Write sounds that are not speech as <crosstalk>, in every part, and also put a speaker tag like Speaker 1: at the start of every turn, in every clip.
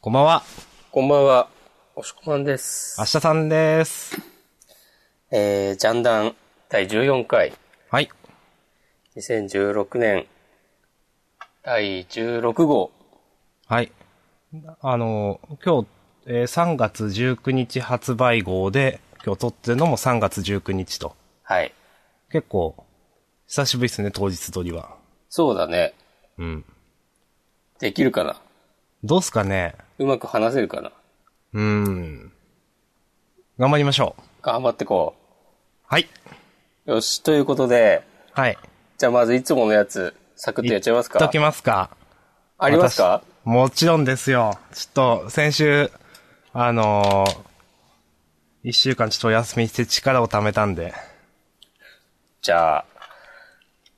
Speaker 1: こんばんは。
Speaker 2: こんばんは、おしこまんです
Speaker 1: 明。日さんです。
Speaker 2: えー、ジャンダン第14回、
Speaker 1: はい。
Speaker 2: 2016年第16号。
Speaker 1: はい。あの、今日、えー3月19日発売号で、今日撮ってるのも3月19日と。
Speaker 2: はい。
Speaker 1: 結構、久しぶりですね、当日撮りは。
Speaker 2: そうだね。
Speaker 1: うん。
Speaker 2: できるかな
Speaker 1: どうすかね
Speaker 2: うまく話せるかな
Speaker 1: うん。頑張りましょう。
Speaker 2: 頑張ってこ
Speaker 1: はい。
Speaker 2: う。よし、ということで、
Speaker 1: はい。
Speaker 2: じゃあまずいつものやつ、サクッとやっちゃいますか
Speaker 1: いっときますか。
Speaker 2: ありますか
Speaker 1: 私もちろんですよ。ちょっと、先週、あのー一週間ちょっとお休みして力を貯めたんで、
Speaker 2: じゃあ、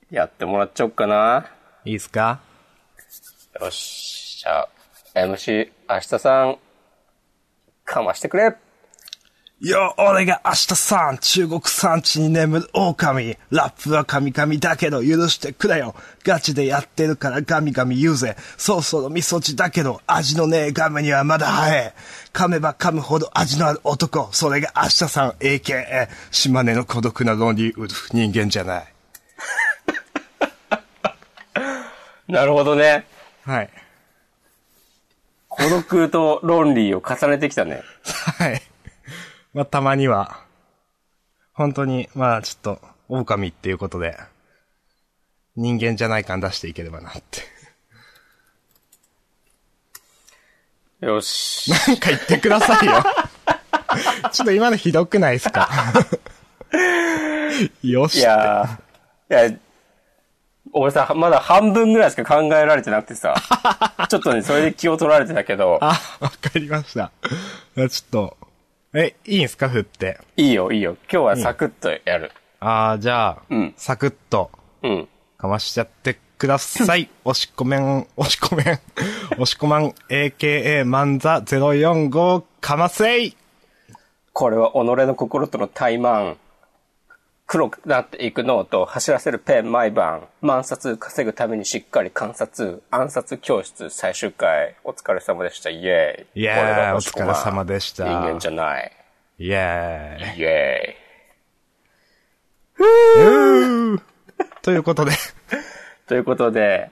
Speaker 2: やってもらっちゃおっかな。
Speaker 1: いいですか
Speaker 2: よし、じゃあ、MC、明日さん、かましてくれ
Speaker 1: よ、俺が明日さん、中国産地に眠る狼。ラップは神々だけど許してくれよ。ガチでやってるからガミガミ言うぜ。そろそろ味噌汁だけど味のねえガムにはまだ早え。噛めば噛むほど味のある男。それが明日さん AKA。島根の孤独なロンリーウルフ人間じゃない。
Speaker 2: なるほどね。
Speaker 1: はい。
Speaker 2: 孤独とロンリーを重ねてきたね。
Speaker 1: はい。 <laughs> まあ、たまには、本当に、まあ、ちょっと、狼っていうことで、人間じゃない感出していければなって。
Speaker 2: よし。
Speaker 1: なんか言ってくださいよ。 <laughs> ちょっと今のひどくないですか <laughs> よし。
Speaker 2: いやー、いや、俺さ、まだ半分ぐらいしか考えられてなく
Speaker 1: <laughs>
Speaker 2: てさ、ちょっとね、それで気を取られてたけど、
Speaker 1: あ、わかりました。いやちょっと、え、いいんすか振って。
Speaker 2: いいよ、いいよ。今日はサクッとやる。
Speaker 1: あー、じゃあ、
Speaker 2: うん
Speaker 1: サクッと、
Speaker 2: うん。
Speaker 1: かましちゃってください。おしっこめん、おしっこめん、おしっこまん、AKA 漫座045かませい
Speaker 2: これは己の心との怠慢。黒くなっていく脳と走らせるペン毎晩。万冊稼ぐためにしっかり観察。暗殺教室最終回。お疲れ様でした。イェーイ。
Speaker 1: イエーイ
Speaker 2: 俺が押し込まん
Speaker 1: お疲れ様でした
Speaker 2: 人間じゃない。
Speaker 1: イェーイ。
Speaker 2: イェーイ。
Speaker 1: うーということで、
Speaker 2: ということで、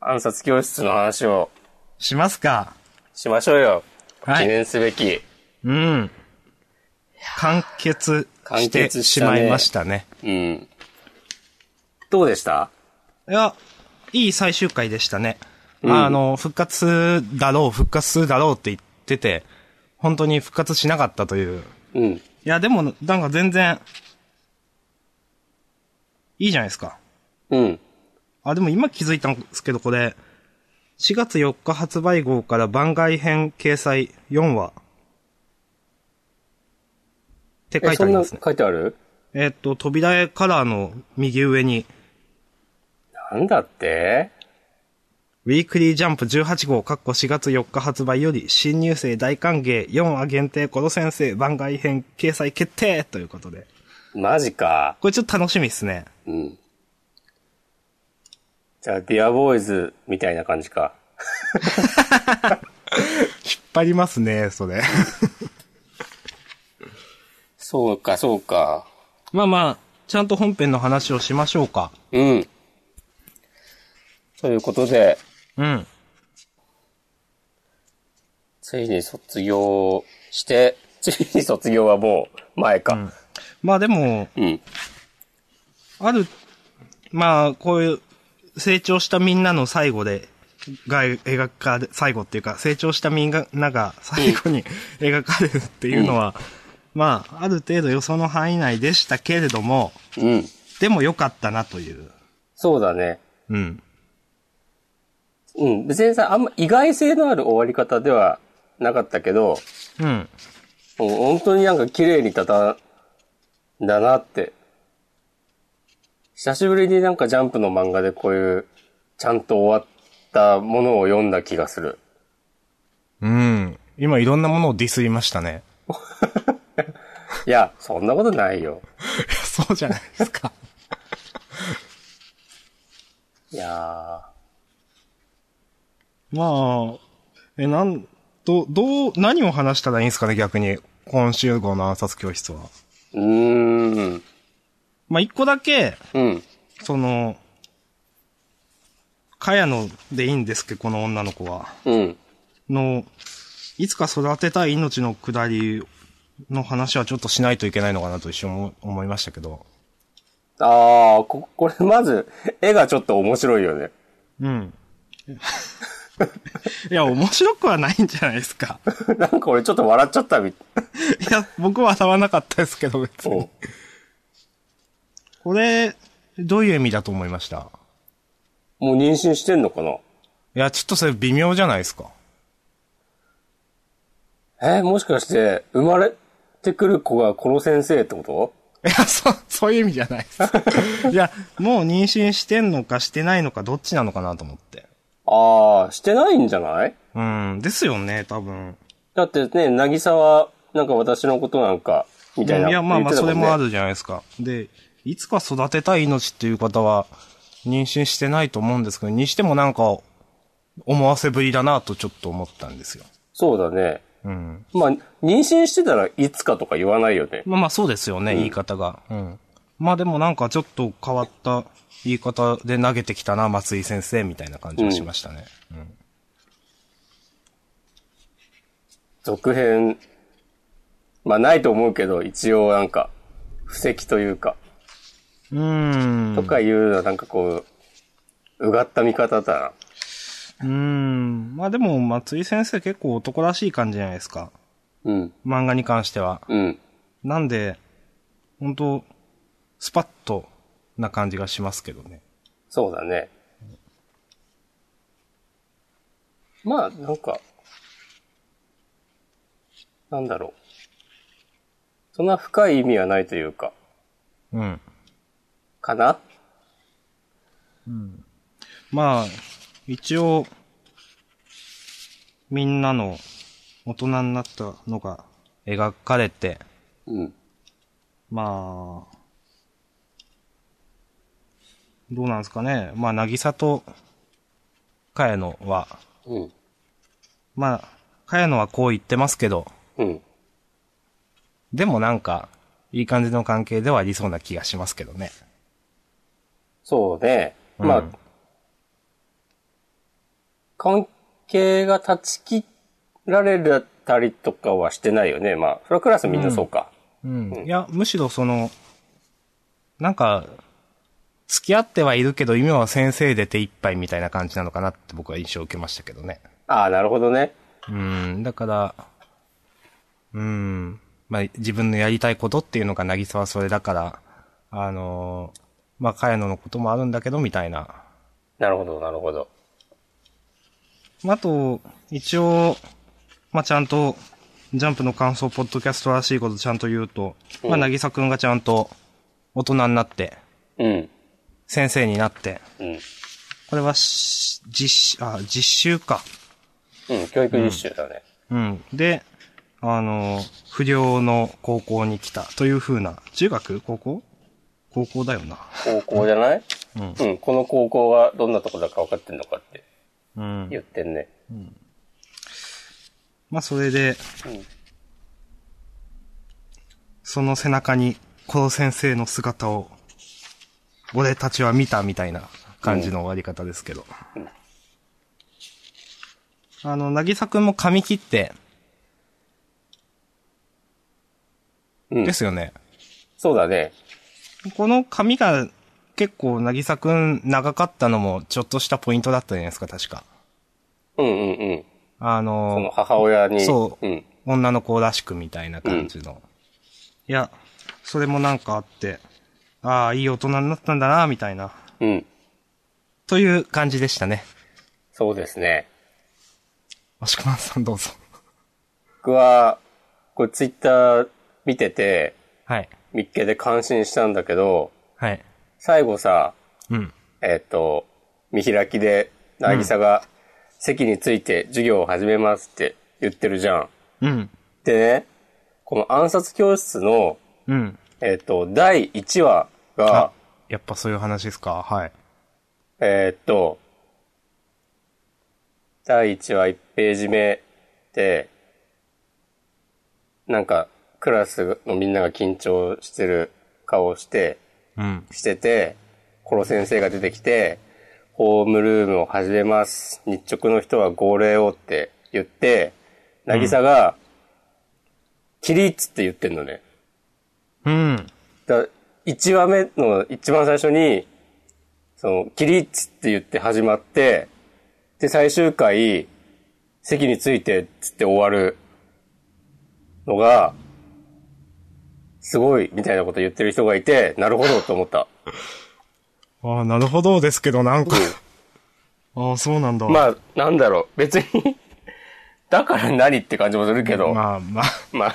Speaker 2: 暗殺教室の話を
Speaker 1: しますか。
Speaker 2: しましょうよ。
Speaker 1: はい
Speaker 2: 記念すべき。
Speaker 1: うん。完結し
Speaker 2: 完
Speaker 1: て
Speaker 2: 結
Speaker 1: し
Speaker 2: したね
Speaker 1: まいましたね。
Speaker 2: うん。どうでした
Speaker 1: いや、いい最終回でしたね。あの、復活するだろう、復活するだろうって言ってて、本当に復活しなかったという。
Speaker 2: うん。
Speaker 1: いや、でも、なんか全然、いいじゃないですか。
Speaker 2: うん。
Speaker 1: あ、でも今気づいたんですけど、これ、4月4日発売号から番外編掲載4話。って書いて
Speaker 2: そ
Speaker 1: あ
Speaker 2: ん
Speaker 1: り
Speaker 2: な
Speaker 1: ますね。
Speaker 2: 書いてある
Speaker 1: えっと、扉絵カラーの右上に、
Speaker 2: なんだって
Speaker 1: ウィークリージャンプ18号、括弧4月4日発売より、新入生大歓迎、4話限定、コロ先生、番外編、掲載決定ということで。
Speaker 2: マジか。
Speaker 1: これちょっと楽しみですね。
Speaker 2: うん。じゃあ、ディアボーイズみたいな感じか。
Speaker 1: 引っ張りますね、それ。
Speaker 2: そうか、そうか。
Speaker 1: <laughs> まあまあ、ちゃんと本編の話をしましょうか。
Speaker 2: うん。ということで、
Speaker 1: うん。
Speaker 2: ついに卒業して、ついに卒業はもう前か。
Speaker 1: まあでも、
Speaker 2: うん。
Speaker 1: ある、まあ、こういう、成長したみんなの最後で、が描かれ、最後っていうか、成長したみんなが最後に <laughs> 描かれるっていうのは、まあ、ある程度予想の範囲内でしたけれども、
Speaker 2: うん。
Speaker 1: でも良かったなという。
Speaker 2: そうだね。
Speaker 1: うん。
Speaker 2: うん。別にさ、あんま意外性のある終わり方ではなかったけど、
Speaker 1: うん。
Speaker 2: もう本当になんか綺麗にたたんだなって。久しぶりになんかジャンプの漫画でこういう、ちゃんと終わったものを読んだ気がする。
Speaker 1: うん。今いろんなものをディスりましたね。
Speaker 2: いや、そんなことないよ。
Speaker 1: いや <laughs> そうじゃないですか。
Speaker 2: いや
Speaker 1: <laughs> まあ、え、なん、ど、どう、何を話したらいいんですかね、逆に。今週号の暗殺教室は。
Speaker 2: うーん。
Speaker 1: まあ、一個だけ、
Speaker 2: うん。
Speaker 1: その、かやのでいいんですけど、この女の子は。
Speaker 2: うん。
Speaker 1: の、いつか育てたい命のくだりの話はちょっとしないといけないのかなと一瞬思思いましたけど。
Speaker 2: ああ、こ、これまず、絵がちょっと面白いよね。 <laughs>
Speaker 1: うん。いや、面白くはないんじゃないですか。
Speaker 2: なんか俺ちょっと笑っちゃったみたい。
Speaker 1: いや、僕は笑わなかったですけど、別に。これ、どういう意味だと思いました
Speaker 2: もう妊娠してんのかない
Speaker 1: や、ちょっとそれ微妙じゃないですか。
Speaker 2: えーもしかして、生まれてくる子がこの先生ってこと
Speaker 1: いや、そう、そういう意味じゃないです。いや、もう妊娠してんのかしてないのかどっちなのかなと思って。
Speaker 2: ああ、してないんじゃない
Speaker 1: うん、ですよね、多分。
Speaker 2: だってね、なぎさは、なんか私のことなんか、みたいな。
Speaker 1: いや、まあまあ、
Speaker 2: 言
Speaker 1: そ
Speaker 2: っ
Speaker 1: れ
Speaker 2: てたんね
Speaker 1: もあ。るじゃないですか。で、いつか育てたい命っていう方は、妊娠してないと思うんですけど、にしてもなんか、思わせぶりだなとちょっと思ったんですよ。
Speaker 2: そうだね。
Speaker 1: うん。
Speaker 2: まあ、妊娠してたらいつかとか言わないよね。
Speaker 1: まあまあ、そうですよね、言い方が。うん。まあでもなんかちょっと変わった言い方で投げてきたな、松井先生みたいな感じがしましたね。
Speaker 2: 続編、まあないと思うけど、一応なんか、布石というか、
Speaker 1: うん。
Speaker 2: とかいうのはなんかこう、うがった見方だな。
Speaker 1: うーん。まあでも、松井先生結構男らしい感じじゃないですか。
Speaker 2: うん、
Speaker 1: 漫画に関しては。
Speaker 2: うん。
Speaker 1: なんで、本当スパッとな感じがしますけどね。
Speaker 2: そうだね。まあ、なんか、なんだろう。そんな深い意味はないというか、
Speaker 1: うん。
Speaker 2: かな
Speaker 1: まあ、一応、みんなの大人になったのが描かれて、
Speaker 2: うん。
Speaker 1: まあ、どうなんですかね。まあ、なぎさと、かやのは、
Speaker 2: うん。
Speaker 1: まあ、かやのはこう言ってますけど、
Speaker 2: うん。
Speaker 1: でもなんか、いい感じの関係ではありそうな気がしますけどね。
Speaker 2: そうね。まあ、
Speaker 1: うん
Speaker 2: 関係が断ち切られたりとかはしてないよね。まあ、それはクラスみんなそうか。
Speaker 1: うん。いや、むしろその、なんか、付き合ってはいるけど、今は先生で手一杯みたいな感じなのかなって僕は印象を受けましたけどね。
Speaker 2: ああ、なるほどね。
Speaker 1: うん。だから、うん。まあ、自分のやりたいことっていうのが、なぎさはそれだから、あのーまあ、かやののこともあるんだけど、みたいな
Speaker 2: なるほど、なるほど。
Speaker 1: まああと、一応、まあ、ちゃんと、ジャンプの感想、ポッドキャストらしいことちゃんと言うと、まあ、なぎさくんがちゃんと、大人になって、
Speaker 2: うん。
Speaker 1: 先生になって、
Speaker 2: うん。
Speaker 1: これはし、実習、あ、実習か。
Speaker 2: うん、教育実習だね。
Speaker 1: うん。で、あの、不良の高校に来た、という風な、中学高校高校だよな。
Speaker 2: 高校じゃないうん、この高校がどんなとこだか分かってんのかって
Speaker 1: うん。
Speaker 2: 言ってんね。
Speaker 1: まあ、それで、その背中に、この先生の姿を、俺たちは見たみたいな感じの終わり方ですけど。あの、なぎさくんも髪切って、
Speaker 2: うん
Speaker 1: ですよね。
Speaker 2: そうだね。
Speaker 1: この髪が結構なぎさくん長かったのもちょっとしたポイントだったじゃないですか、確か。
Speaker 2: うんうんうん。
Speaker 1: あ
Speaker 2: そ
Speaker 1: の
Speaker 2: の母親に。
Speaker 1: そう
Speaker 2: うん。
Speaker 1: 女の子らしくみたいな感じの。いや、それもなんかあって、ああ、いい大人になったんだな、みたいな。
Speaker 2: うん。
Speaker 1: という感じでしたね。
Speaker 2: そうですね。
Speaker 1: 押しくまんさんどうぞ。
Speaker 2: 僕は、これツイッター見てて、
Speaker 1: はい。
Speaker 2: 見っけで感心したんだけど、
Speaker 1: はい。
Speaker 2: 最後さ、
Speaker 1: うん。
Speaker 2: えっ、と、見開きで、なぎさが、席について授業を始めますって言ってるじゃん。
Speaker 1: うん。
Speaker 2: でね、この暗殺教室の、
Speaker 1: うん。
Speaker 2: えっ、と、第1話が、
Speaker 1: やっぱそういう話ですかはい。
Speaker 2: えーっと、第1話1ページ目で、なんか、クラスのみんなが緊張してる顔をして、
Speaker 3: うん。
Speaker 2: してて、コロ先生が出てきて、ホームルームを始めます。日直の人は号令をって言って、渚が、起立って言ってんのね。
Speaker 3: うん。
Speaker 2: だ1話目の一番最初に、その、起立って言って始まって、で、最終回、席についてっつって終わるのが、すごいみたいなこと言ってる人がいて、なるほどと思った。
Speaker 3: ああ、なるほどですけど、なんか。ああ、そうなんだ。あ、
Speaker 2: まあ、なんだろう、別に、 <laughs> だから何って感じもするけど、まあ、
Speaker 3: まあまあ。
Speaker 2: まあ、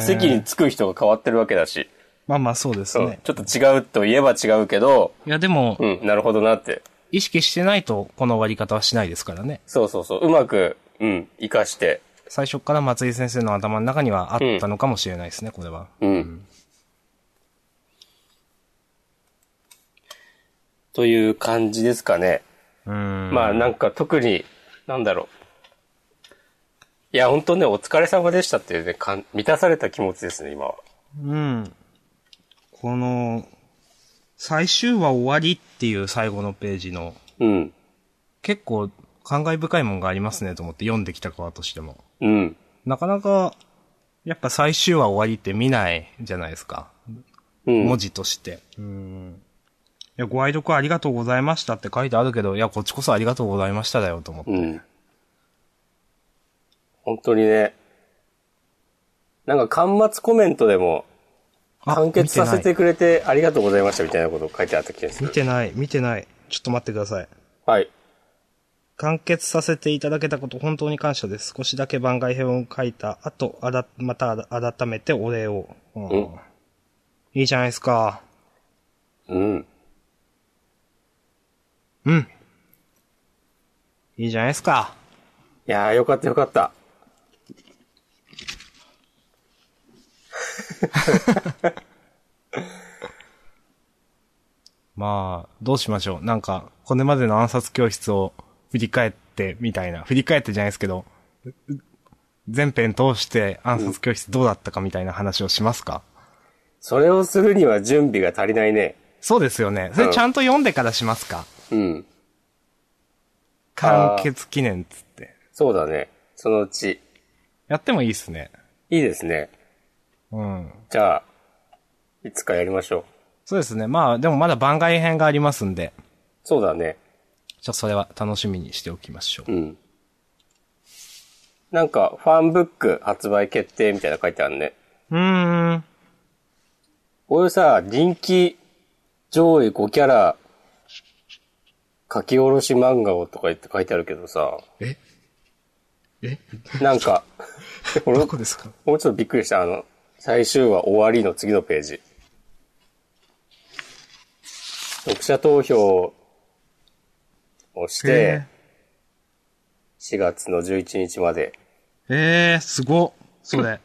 Speaker 2: 席に着く人が変わってるわけだし、
Speaker 1: まあまあそうです
Speaker 2: うん
Speaker 1: ね。
Speaker 2: ちょっと違うと言えば違うけど、
Speaker 1: いやでも、
Speaker 2: うん、なるほどなって。
Speaker 1: 意識してないとこの割り方はしないですからね。
Speaker 2: そうそうそう、うまく、うん、活かして、
Speaker 1: 最初から松井先生の頭の中にはあったのかもしれないですね、これは。
Speaker 2: うん。という感じですかね。
Speaker 3: うん。
Speaker 2: まあなんか特に、なんだろう。いや、本当ね、お疲れ様でしたっていうね、かん満たされた気持ちですね、今は。
Speaker 1: うん。この、最終話終わりっていう最後のページの、
Speaker 2: うん。
Speaker 1: 結構感慨深いもんがありますねと思って読んできた側としても。
Speaker 2: うん。
Speaker 1: なかなか、やっぱ最終話終わりって見ないじゃないですか。
Speaker 2: うん。
Speaker 1: 文字として。うん。いや、ご愛読ありがとうございましたって書いてあるけど、いや、こっちこそありがとうございましただよと思って。
Speaker 2: うん。本当にね。なんか、巻末コメントでも、
Speaker 1: あ
Speaker 2: 完結させてくれてありがとうございましたみたいなこと書いてあった気がす
Speaker 1: 見
Speaker 2: る。
Speaker 1: てない、見てない。ちょっと待ってください。
Speaker 2: はい。
Speaker 1: 完結させていただけたこと本当に感謝です。少しだけ番外編を書いた後、あら、また改めてお礼を。うん
Speaker 2: うん
Speaker 1: いいじゃないですか。
Speaker 2: うん。
Speaker 1: うん。いいじゃないですか。
Speaker 2: いやー、よかったよかった。
Speaker 1: まあ、どうしましょう。なんか、これまでの暗殺教室を振り返ってみたいな。振り返ってじゃないですけど、う全編通して暗殺教室どうだったかみたいな話をしますか、
Speaker 2: それをするには準備が足りないね。
Speaker 1: そうですよね。それちゃんと読んでからしますか、
Speaker 2: うん。
Speaker 1: 完結記念っつって。
Speaker 2: そうだね。そのうち。
Speaker 1: やってもいいっすね。
Speaker 2: いいですね。
Speaker 1: うん。
Speaker 2: じゃあ、いつかやりましょう。
Speaker 1: そうですね。まあ、でもまだ番外編がありますんで、
Speaker 2: そうだね。
Speaker 1: ちょっとそれは楽しみにしておきましょう。
Speaker 2: うん。なんか、ファンブック発売決定みたいなの書いてあるね。
Speaker 1: うーん。
Speaker 2: こういうさ、人気上位5キャラ書き下ろし漫画をとか言って書いてあるけどさ、
Speaker 1: ええ
Speaker 2: な
Speaker 1: <laughs>
Speaker 2: んか、俺
Speaker 1: ど
Speaker 2: もうち
Speaker 1: こ
Speaker 2: ょ
Speaker 1: ですか
Speaker 2: っとびっくりした。あの、最終話終わりの次のページ。読者投票をして、4月の11日まで。
Speaker 1: えー、すごっ。それ。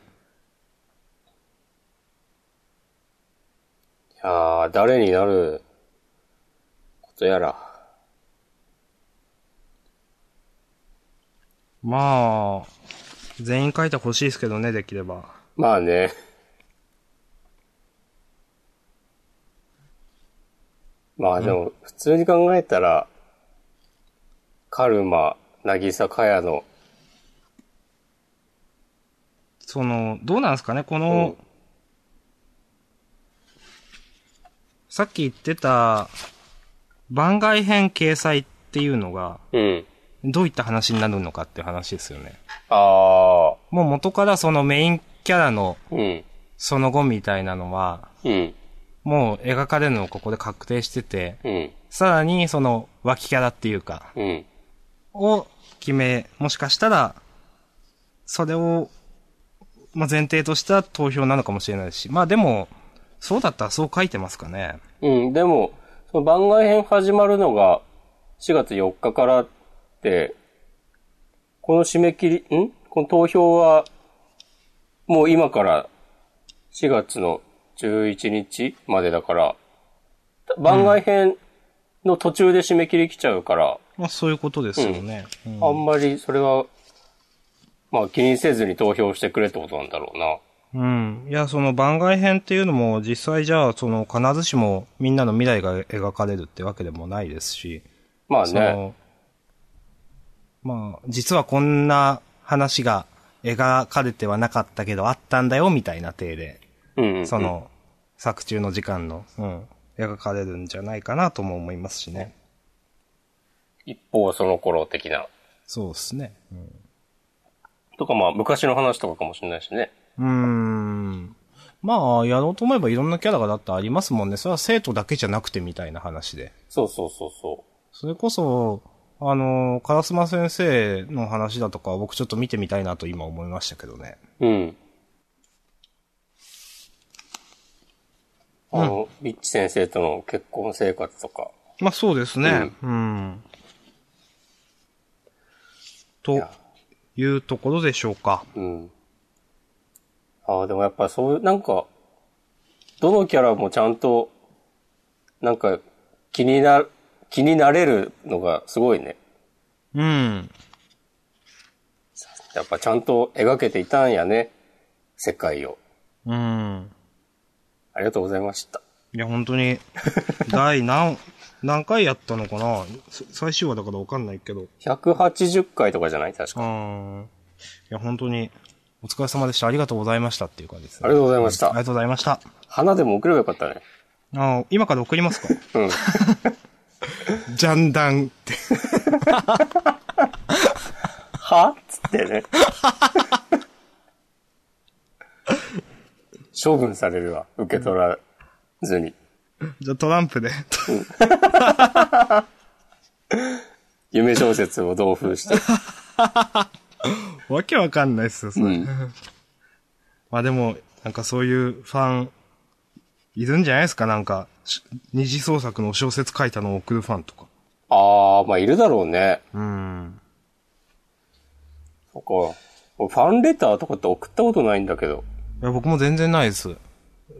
Speaker 2: いやー、誰になることやら。
Speaker 1: まあ、全員書いてほしいですけどね、できれば。
Speaker 2: まあね。まあでも、普通に考えたら、カルマ、なぎさ、かやの、
Speaker 1: その、どうなんですかね、この、さっき言ってた、番外編掲載っていうのが、
Speaker 2: うん。
Speaker 1: どういった話になるのかっていう話ですよね。
Speaker 2: ああ、
Speaker 1: もう元からそのメインキャラの
Speaker 2: うん、
Speaker 1: その後みたいなのは、
Speaker 2: うん、
Speaker 1: もう描かれるのをここで確定してて、
Speaker 2: うん、
Speaker 1: さらにその脇キャラっていうか、
Speaker 2: うん、
Speaker 1: を決め、もしかしたら、それを、まあ、前提とした投票なのかもしれないし、まあでも、そうだったらそう書いてますかね。
Speaker 2: うん。でも、その番外編始まるのが、4月4日からって、この締め切り、んこの投票は、もう今から4月の11日までだから、番外編の途中で締め切り来ちゃうから、
Speaker 1: まあそういうことですよね。うん
Speaker 2: あんまりそれは、まあ気にせずに投票してくれってことなんだろうな。
Speaker 1: うん。いや、その番外編っていうのも、実際じゃあ、その、必ずしもみんなの未来が描かれるってわけでもないですし、
Speaker 2: まあ
Speaker 1: そ
Speaker 2: ね。
Speaker 1: の、まあ、実はこんな話が描かれてはなかったけど、あったんだよ、みたいな体で、
Speaker 2: うんうん。
Speaker 1: その、作中の時間の、うん、描かれるんじゃないかなとも思いますしね。
Speaker 2: 一方その頃的な。
Speaker 1: そうですね。うん
Speaker 2: とかまあ昔の話とかかもしれないしね。
Speaker 1: うーん。まあ、やろうと思えばいろんなキャラがだってありますもんね。それは生徒だけじゃなくてみたいな話で。
Speaker 2: そうそうそうそ
Speaker 1: それこそ、あの、烏丸先生の話だとかは僕ちょっと見てみたいなと今思いましたけどね。
Speaker 2: う。うん。あの、ビッチ先生との結婚生活とか。
Speaker 1: まあそうですね。うん。というところでしょうか。
Speaker 2: うん。ああ、でもやっぱそういう、なんか、どのキャラもちゃんと、なんか、気にな、気になれるのがすごいね。
Speaker 1: うん。
Speaker 2: やっぱちゃんと描けていたんやね。世界を。
Speaker 1: うん。
Speaker 2: ありがとうございました。
Speaker 1: いや、本当
Speaker 2: <laughs>
Speaker 1: に、第何、何回やったのかなさ最終話だからわかんないけど。
Speaker 2: 180回とかじゃない確
Speaker 1: う
Speaker 2: か。
Speaker 1: ん。いや、本当に、お疲れ様でした。ありがとうございましたっていう感じです
Speaker 2: あ
Speaker 1: ね。
Speaker 2: りがとうございまし
Speaker 1: あり
Speaker 2: た。
Speaker 1: がとうございました。
Speaker 2: 花でも送ればよかったね。
Speaker 1: あー今から送りますか
Speaker 2: うん。
Speaker 1: <laughs> ジャンダンって。
Speaker 2: はつっ
Speaker 1: <laughs>
Speaker 2: てね。処分されるわ。受け取らずに。
Speaker 1: じゃあトラン
Speaker 2: <laughs>
Speaker 1: プで。
Speaker 2: 夢小説を同封して。
Speaker 1: わけわかんないっすよ、それ。
Speaker 2: うん。
Speaker 1: <laughs> まあでも、なんかそういうファン、いるんじゃないですかなんか、し二次創作の小説書いたのを送るファンとか。
Speaker 2: ああ、まあいるだろうね。
Speaker 1: うん。
Speaker 2: そっか。俺ファンレターとかって送ったことないんだけど。
Speaker 1: いや、僕も全然ないです。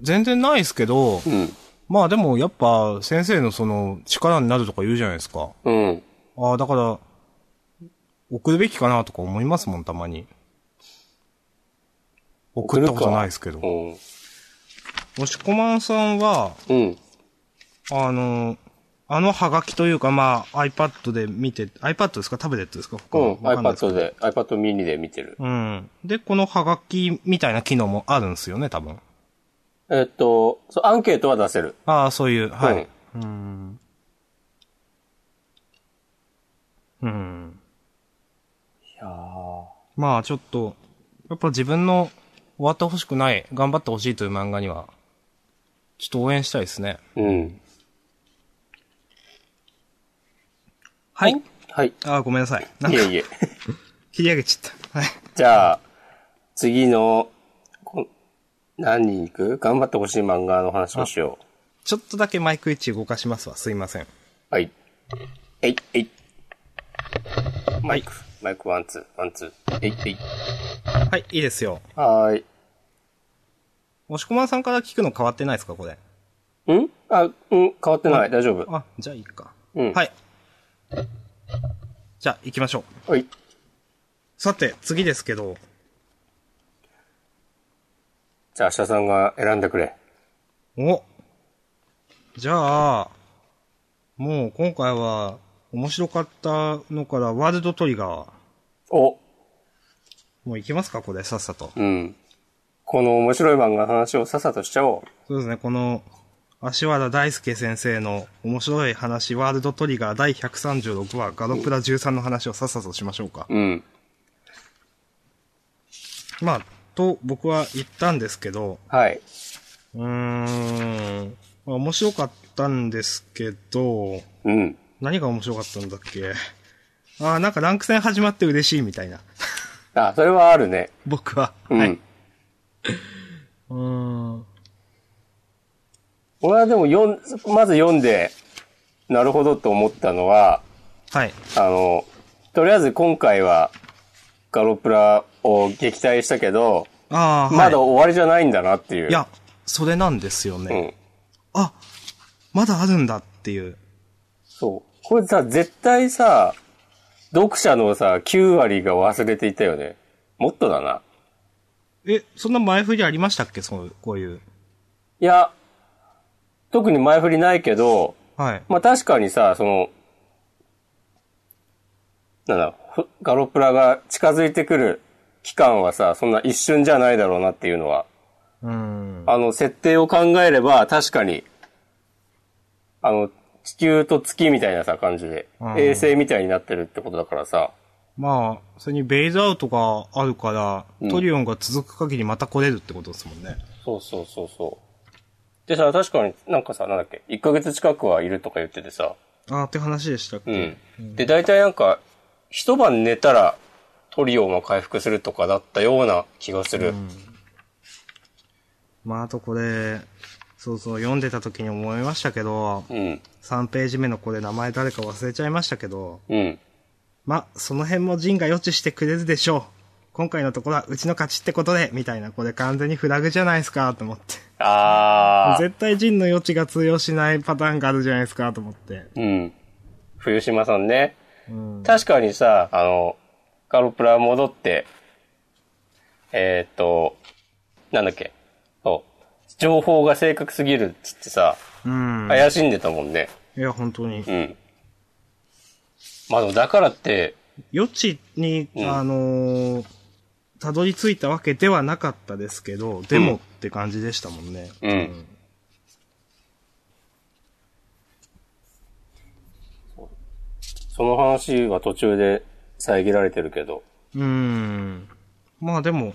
Speaker 1: 全然ないですけど、
Speaker 2: うん。
Speaker 1: まあでもやっぱ先生のその力になるとか言うじゃないですか。
Speaker 2: うん。
Speaker 1: ああ、だから、送るべきかなとか思いますもん、たまに。送ったことないですけど。
Speaker 2: うん。
Speaker 1: 押しこまんさんは、
Speaker 2: うん。
Speaker 1: あの、あのハガキというか、まあ、iPad で見て、iPad ですかタブレットですか他
Speaker 2: うん。
Speaker 1: のわかんないですけど
Speaker 2: iPad で、iPad mini で見てる。
Speaker 1: うん。で、このハガキみたいな機能もあるんですよね、多分。
Speaker 2: えっと、そうアンケートは出せる。
Speaker 1: ああ、そういう、は
Speaker 2: うん
Speaker 1: い。うん。うん。
Speaker 2: いやー
Speaker 1: まあ、ちょっと、やっぱ自分の終わってほしくない、頑張ってほしいという漫画には、ちょっと応援したいですね。
Speaker 2: うん。
Speaker 1: はい。
Speaker 2: はい。
Speaker 1: ああ、ごめんなさい。なん
Speaker 2: い
Speaker 1: か、
Speaker 2: えいえ。
Speaker 1: 切り上げちゃった。はい。
Speaker 2: じゃあ、次の、こ何人行く頑張ってほしい漫画の話をしよう。
Speaker 1: ちょっとだけマイク位置動かしますわ。すいません。
Speaker 2: はい。えい、えい。マイク、マイクワンツー、ワンツー。えい、えい。
Speaker 1: はい、いいですよ。
Speaker 2: はーい。
Speaker 1: もしこまんさんから聞くの変わってないですか、これ。
Speaker 2: んあ、うん、変わってない。大丈夫。
Speaker 1: あ、じゃあいいか。
Speaker 2: うん
Speaker 1: はい。じゃあ、行きましょう。
Speaker 2: はい。
Speaker 1: さて、次ですけど、
Speaker 2: じゃあ、明日さんが選んでくれ。
Speaker 1: おじゃあ、もう今回は、面白かったのから、ワールドトリガー。
Speaker 2: お、
Speaker 1: もう行きますか、これ、さっさと。
Speaker 2: うん。この面白い漫画の話をさっさとしちゃお
Speaker 1: そうですね、この、足原大輔先生の面白い話、ワールドトリガー第136話、ガロプラ13の話をさっさとしましょうか。
Speaker 2: う。うん。
Speaker 1: まあ、と僕は言ったんですけど、
Speaker 2: はい。
Speaker 1: うーん。まあ面白かったんですけど、
Speaker 2: うん。
Speaker 1: 何が面白かったんだっけああ、なんかランク戦始まって嬉しいみたいな。
Speaker 2: あ、それはあるね。
Speaker 1: 僕は。
Speaker 2: うん。
Speaker 1: はい。うーん。
Speaker 2: 俺はでも読ん、まず読んで、なるほどと思ったのは、
Speaker 1: はい。
Speaker 2: あの、とりあえず今回は、ガロプラを撃退したけど、
Speaker 1: ああ、
Speaker 2: まだ
Speaker 1: は
Speaker 2: 終わりじゃないんだなっていう。
Speaker 1: い。いや、それなんですよね。
Speaker 2: うん。
Speaker 1: あ、まだあるんだっていう。
Speaker 2: そう。これさ、絶対さ、読者のさ、9割が忘れていたよね。もっとだな。
Speaker 1: え、そんな前振りありましたっけそう、こういう。
Speaker 2: いや、特に前振りないけど、
Speaker 1: はい。
Speaker 2: まあ確かにさ、その、なんだ、ほガロプラが近づいてくる期間はさ、そんな一瞬じゃないだろうなっていうのは、
Speaker 1: うーん。
Speaker 2: あの、設定を考えれば確かに、あの、地球と月みたいなさ、感じで
Speaker 1: う、ん
Speaker 2: 衛星みたいになってるってことだからさ、
Speaker 1: まあ、それにベイズアウトがあるから、
Speaker 2: うん
Speaker 1: トリオンが続く限りまた来れるってことですもんね。
Speaker 2: そうそうそうそう。でさ、確かになんかさ、なんだっけ、1ヶ月近くはいるとか言っててさ、
Speaker 1: あーって話でしたっけ、
Speaker 2: うん。で、大体なんか、一晩寝たら、トリオンが回復するとかだったような気がする。
Speaker 1: まあ、あとこれ、そうそう、読んでた時に思いましたけど、
Speaker 2: うん。
Speaker 1: 3ページ目のこれ名前誰か忘れちゃいましたけど、
Speaker 2: うん。
Speaker 1: まあ、その辺もジンが予知してくれるでしょう。今回のところはうちの勝ちってことで、みたいな、これ完全にフラグじゃないですか、と思って。
Speaker 2: あー。
Speaker 1: 絶対ジンの予知が通用しないパターンがあるじゃないですか、と思って。
Speaker 2: うん。冬島さんね。
Speaker 1: うん。
Speaker 2: 確かにさ、あの、ガロプラ戻って、えーっと、なんだっけ。そう。情報が正確すぎるっつってさ、
Speaker 1: うん。
Speaker 2: 怪しんでたもんね。
Speaker 1: いや、本当に
Speaker 2: う。ん。まあでもだからって、
Speaker 1: 予知に、
Speaker 2: うん
Speaker 1: あのーたどり着いたわけではなかったですけど、で
Speaker 2: うん
Speaker 1: もって感じでしたもんね。
Speaker 2: うんその話は途中で遮られてるけど。
Speaker 1: うーん。まあでも、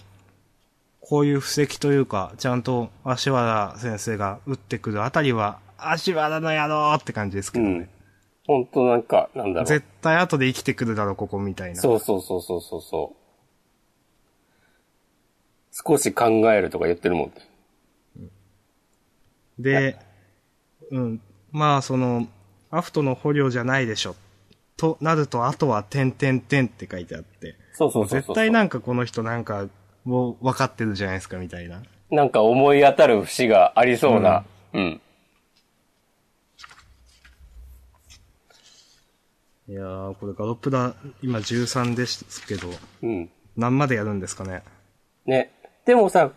Speaker 1: こういう布石というか、ちゃんと足原先生が打ってくるあたりは、足原の野郎って感じですけ
Speaker 2: う
Speaker 1: ど
Speaker 2: ん
Speaker 1: ね。。
Speaker 2: ほんとなんか、なんだろう。
Speaker 1: 絶対後で生きてくるだろ、ここみたいな。
Speaker 2: そうそうそうそうそうそう。少し考えるとか言ってるもんね。
Speaker 1: で、うん。まあその、アフトの捕虜じゃないでしょ。となると、あとは、てんてんてんって書いてあって。
Speaker 2: そうそうそうそう。
Speaker 1: 絶対なんかこの人なんか、もう分かってるじゃないですか、みたいな。
Speaker 2: なんか思い当たる節がありそうな。うん。
Speaker 1: いやー、これガロップだ、今13ですけど、
Speaker 2: うん。
Speaker 1: 何までやるんですかね。
Speaker 2: ね。でもさ、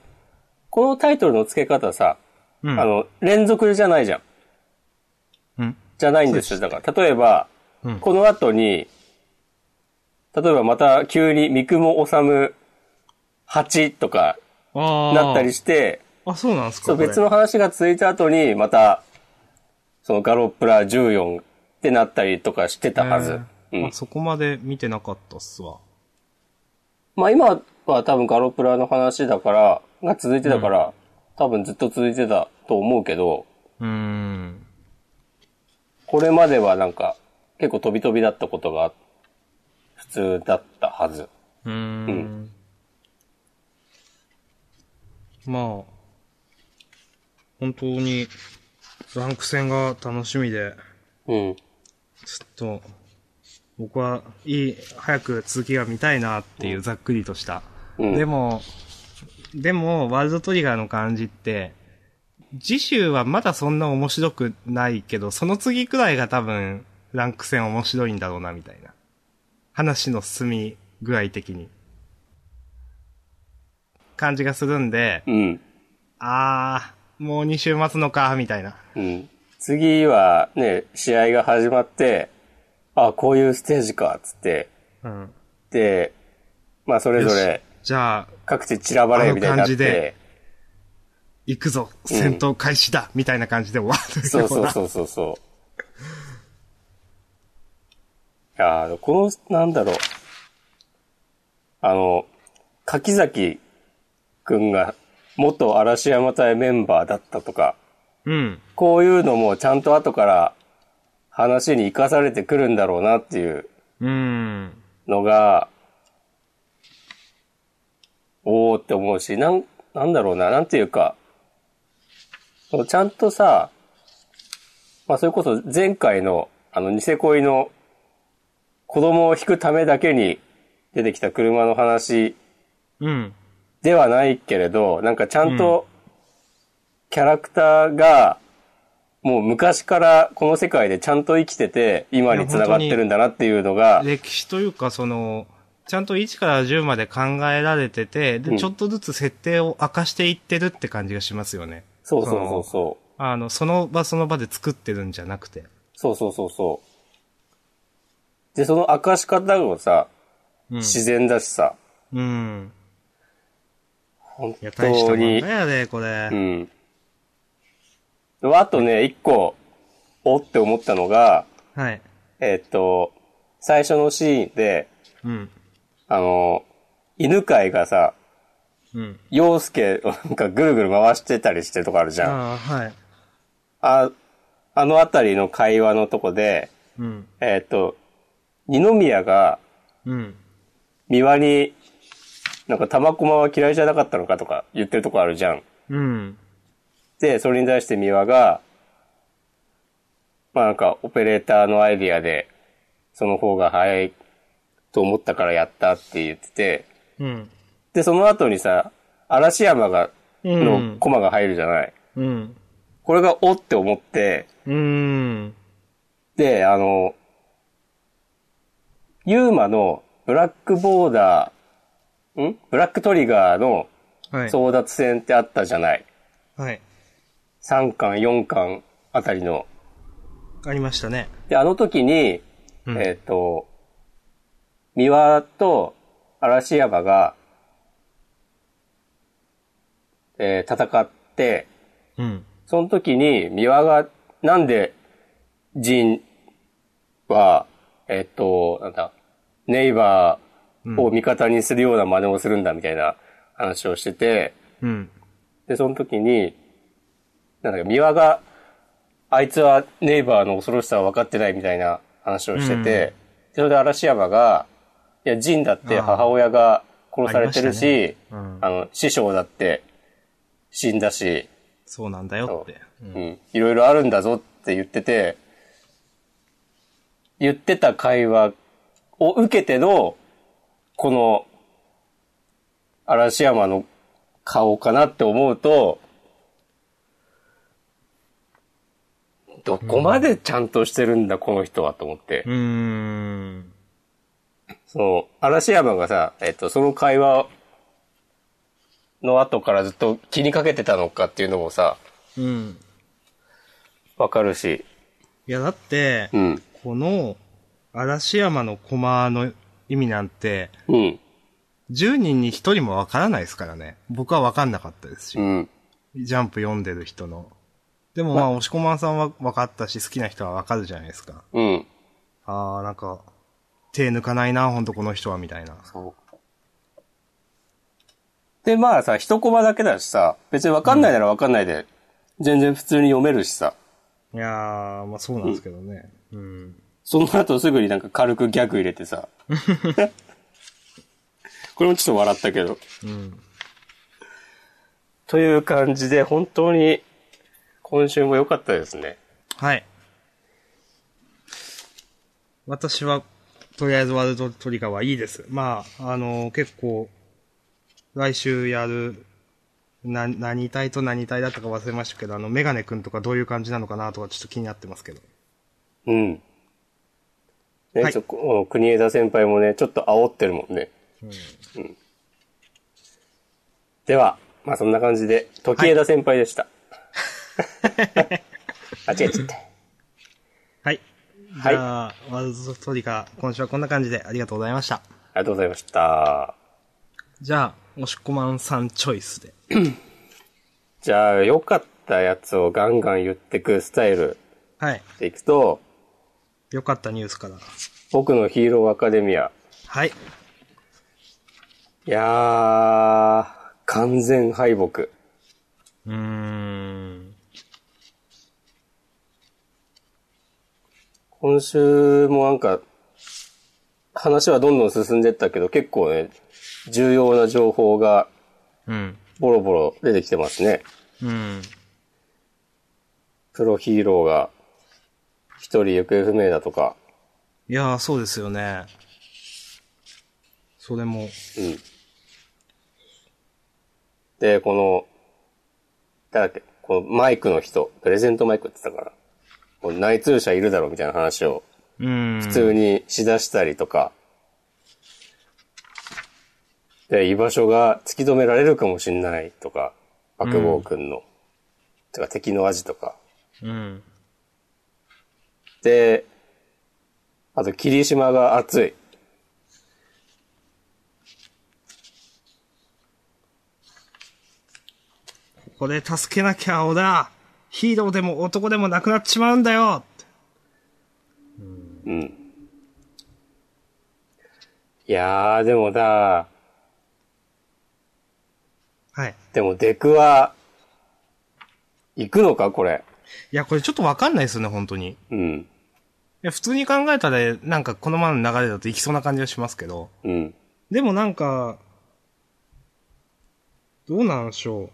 Speaker 2: このタイトルの付け方さ、
Speaker 1: うん。
Speaker 2: あの、連続じゃないじゃん。
Speaker 1: うん。
Speaker 2: じゃないんですよ。だから、例えば、
Speaker 1: うん
Speaker 2: この後に、例えばまた急に三雲治八とか
Speaker 1: ああ。
Speaker 2: なったりして、
Speaker 1: あ、そうなんですか
Speaker 2: そう、
Speaker 1: これ
Speaker 2: 別の話が続いた後に、また、そのガロップラ14ってなったりとかしてたはず。
Speaker 1: えー
Speaker 2: うん
Speaker 1: あそこまで見てなかったっすわ。
Speaker 2: まあ今は多分ガロップラの話だから、が続いてたから、多分ずっと続いてたと思うけど、
Speaker 1: うーん。
Speaker 2: これまではなんか、結構飛び飛びだったことが、普通だったはず。
Speaker 1: うーん。
Speaker 2: うん
Speaker 1: まあ、本当に、ランク戦が楽しみで、
Speaker 2: う
Speaker 1: ちょ
Speaker 2: ん。
Speaker 1: っと、僕は、いい、早く続きが見たいなっていうざっくりとした。
Speaker 2: うん
Speaker 1: でも、でも、ワールドトリガーの感じって、次週はまだそんな面白くないけど、その次くらいが多分、ランク戦面白いんだろうな、みたいな。話の進み具合的に。感じがするんで、
Speaker 2: うん。
Speaker 1: あー、もう2週待つのか、みたいな。
Speaker 2: うん。次はね、試合が始まって、あ、こういうステージか、つって、
Speaker 1: うん。
Speaker 2: で、まあそれぞれ
Speaker 1: じゃあ、
Speaker 2: 各地散らばれみたいになっ
Speaker 1: あの感じ
Speaker 2: て
Speaker 1: で、行くぞ、戦闘開始だ、みたいな感じで終わる
Speaker 2: そう
Speaker 1: よ
Speaker 2: そうう
Speaker 1: な
Speaker 2: そうそうそう。いやーこの、なんだろう。あの、柿崎くんが元嵐山隊メンバーだったとか、
Speaker 1: うん。
Speaker 2: こういうのもちゃんと後から話に生かされてくるんだろうなっていう
Speaker 1: うん。
Speaker 2: のが、おーって思うし、なん、なんだろうな、なんていうか、そのちゃんとさ、まあそれこそ前回の、あの、ニセ恋の子供を引くためだけに出てきた車の話
Speaker 1: うん。
Speaker 2: ではないけれど、なんかちゃんとキャラクターがもう昔からこの世界でちゃんと生きてて、今に繋がってるんだなっていうのが、
Speaker 1: 歴史というか、その、ちゃんと1から10まで考えられてて、
Speaker 2: う
Speaker 1: で、
Speaker 2: ん
Speaker 1: ちょっとずつ設定を明かしていってるって感じがしますよね。
Speaker 2: そうそうそうそう。
Speaker 1: あの、その場その場で作ってるんじゃなくて。
Speaker 2: そうそうそうそう。で、その明かし方がさ、
Speaker 1: うん
Speaker 2: 自然だしさ、
Speaker 1: うん。
Speaker 2: 本
Speaker 1: いや、大したもんだ
Speaker 2: 当に。
Speaker 1: よね、これ。
Speaker 2: うん。あとね、一個、おって思ったのが、
Speaker 1: はい。
Speaker 2: えっと、最初のシーンで、
Speaker 1: うん。
Speaker 2: あの、犬飼がさ、
Speaker 1: うん。
Speaker 2: 陽介をなんかぐるぐる回してたりしてるとこあるじゃ
Speaker 1: あ
Speaker 2: ん。
Speaker 1: あ、はい。
Speaker 2: ああのあたりの会話のとこで、
Speaker 1: うん。
Speaker 2: えっと、二宮が
Speaker 1: うん。
Speaker 2: 三輪に、なんか玉駒は嫌いじゃなかったのかとか言ってるとこあるじゃん。
Speaker 1: うん。
Speaker 2: で、それに対して三輪が、まあなんかオペレーターのアイディアで、その方が早いと思ったからやったって言ってて、
Speaker 1: うん。
Speaker 2: で、その後にさ、嵐山が、
Speaker 1: うん
Speaker 2: の駒が入るじゃない。
Speaker 1: うん。
Speaker 2: これがおって思って、
Speaker 1: うん。
Speaker 2: で、あの、ユーマのブラックボーダー、んブラックトリガーの
Speaker 1: はい。
Speaker 2: 争奪戦ってあったじゃない。
Speaker 1: はい。
Speaker 2: 3巻、4巻あたりの。
Speaker 1: ありましたね。
Speaker 2: で、あの時に、
Speaker 1: うん
Speaker 2: えっ、と、三輪と嵐山が、えー戦って、
Speaker 1: うん。
Speaker 2: その時に三輪が、なんで、ジンは、えっ、と、なんだ、ネイバーを味方にするような真似をするんだみたいな話をしてて、
Speaker 1: うん。
Speaker 2: で、その時に、なんだか、三輪が、あいつはネイバーの恐ろしさは分かってないみたいな話をしてて、でそれで嵐山が、いや、ジンだって母親が殺されてるし、
Speaker 1: あ
Speaker 2: あ
Speaker 1: りましたねうん
Speaker 2: の、師匠だって死んだし、
Speaker 1: そうなんだよって。
Speaker 2: うん、いろいろあるんだぞって言ってて、言ってた会話を受けての、この、嵐山の顔かなって思うと、どこまでちゃんとしてるんだ、この人はと思って。
Speaker 1: うん。
Speaker 2: その、嵐山がさ、えっと、その会話の後からずっと気にかけてたのかっていうのもさ、
Speaker 1: うん。
Speaker 2: わかるし。
Speaker 1: いや、だって、
Speaker 2: うん。
Speaker 1: この、嵐山の駒の意味なんて、
Speaker 2: うん。
Speaker 1: 10人に1人もわからないですからね。僕はわかんなかったですし
Speaker 2: う、ん。
Speaker 1: ジャンプ読んでる人の。でもまあ、押し込まんさんはわかったし、好きな人はわかるじゃないですか。
Speaker 2: うん。
Speaker 1: あー、なんか、手抜かないな、ほんとこの人は、みたいな。
Speaker 2: で、まあさ、一コマだけだしさ、別にわかんないならわかんないで、全然普通に読めるしさ、
Speaker 1: いやー、まあそうなんですけどね。うん。
Speaker 2: その後すぐになんか軽くギャグ入れ
Speaker 1: <laughs>
Speaker 2: てさ。これもちょっと笑ったけど。
Speaker 1: うん。
Speaker 2: という感じで、本当に、今週も良かったですね。
Speaker 1: はい。私は、とりあえずワールドトリガーはいいです。まあ、あの結構、来週やる、な、何体と何体だったか忘れましたけど、あの、メガネくんとかどういう感じなのかなとかちょっと気になってますけど。
Speaker 2: うん。ね、
Speaker 1: はい
Speaker 2: ちょこ国枝先輩もね、ちょっと煽ってるもんね。うんでは、まあそんな感じで、時枝先輩でした。 <laughs> あ、違えちゃった。
Speaker 1: はい。
Speaker 2: はい
Speaker 1: じゃあ、ワールドトリガー、今週はこんな感じでありがとうございました。
Speaker 2: ありがとうございました。
Speaker 1: じゃあ、おしこまんさんチョイスで。
Speaker 2: じゃあ、良かったやつをガンガン言ってくスタイル
Speaker 1: はい。
Speaker 2: でいくと、
Speaker 1: よかったニュースから。
Speaker 2: 僕のヒーローアカデミア。
Speaker 1: はい。
Speaker 2: いやー、完全敗北。
Speaker 1: うーん。
Speaker 2: 今週もなんか、話はどんどん進んでったけど、結構ね、重要な情報が
Speaker 1: うん。
Speaker 2: ボロボロ出てきてますね。
Speaker 1: うん。
Speaker 2: プロヒーローが一人行方不明だとか。
Speaker 1: いやー、そうですよね。それも、
Speaker 2: で、この、誰だっけ、このマイクの人、プレゼントマイクって言ってたから、こう内通者いるだろうみたいな話を
Speaker 1: うん。
Speaker 2: 普通にしだしたりとか、で、居場所が突き止められるかもしんないとか、パクボー君の、てか敵の味とか。
Speaker 1: うん。
Speaker 2: で、あと霧島が熱い。
Speaker 1: ここで助けなきゃ、小田ヒーローでも男でもなくなっちまうんだよ
Speaker 2: うん。いやー、でもな
Speaker 1: はい。
Speaker 2: でもデクは、行くのかこれ。
Speaker 1: いや、これちょっとわかんないですよね、本当に。い
Speaker 2: うん。
Speaker 1: や、普通に考えたら、なんかこのままの流れだといきそうな感じがしますけど。
Speaker 2: うん。
Speaker 1: でもなんか、どうなんでしょう。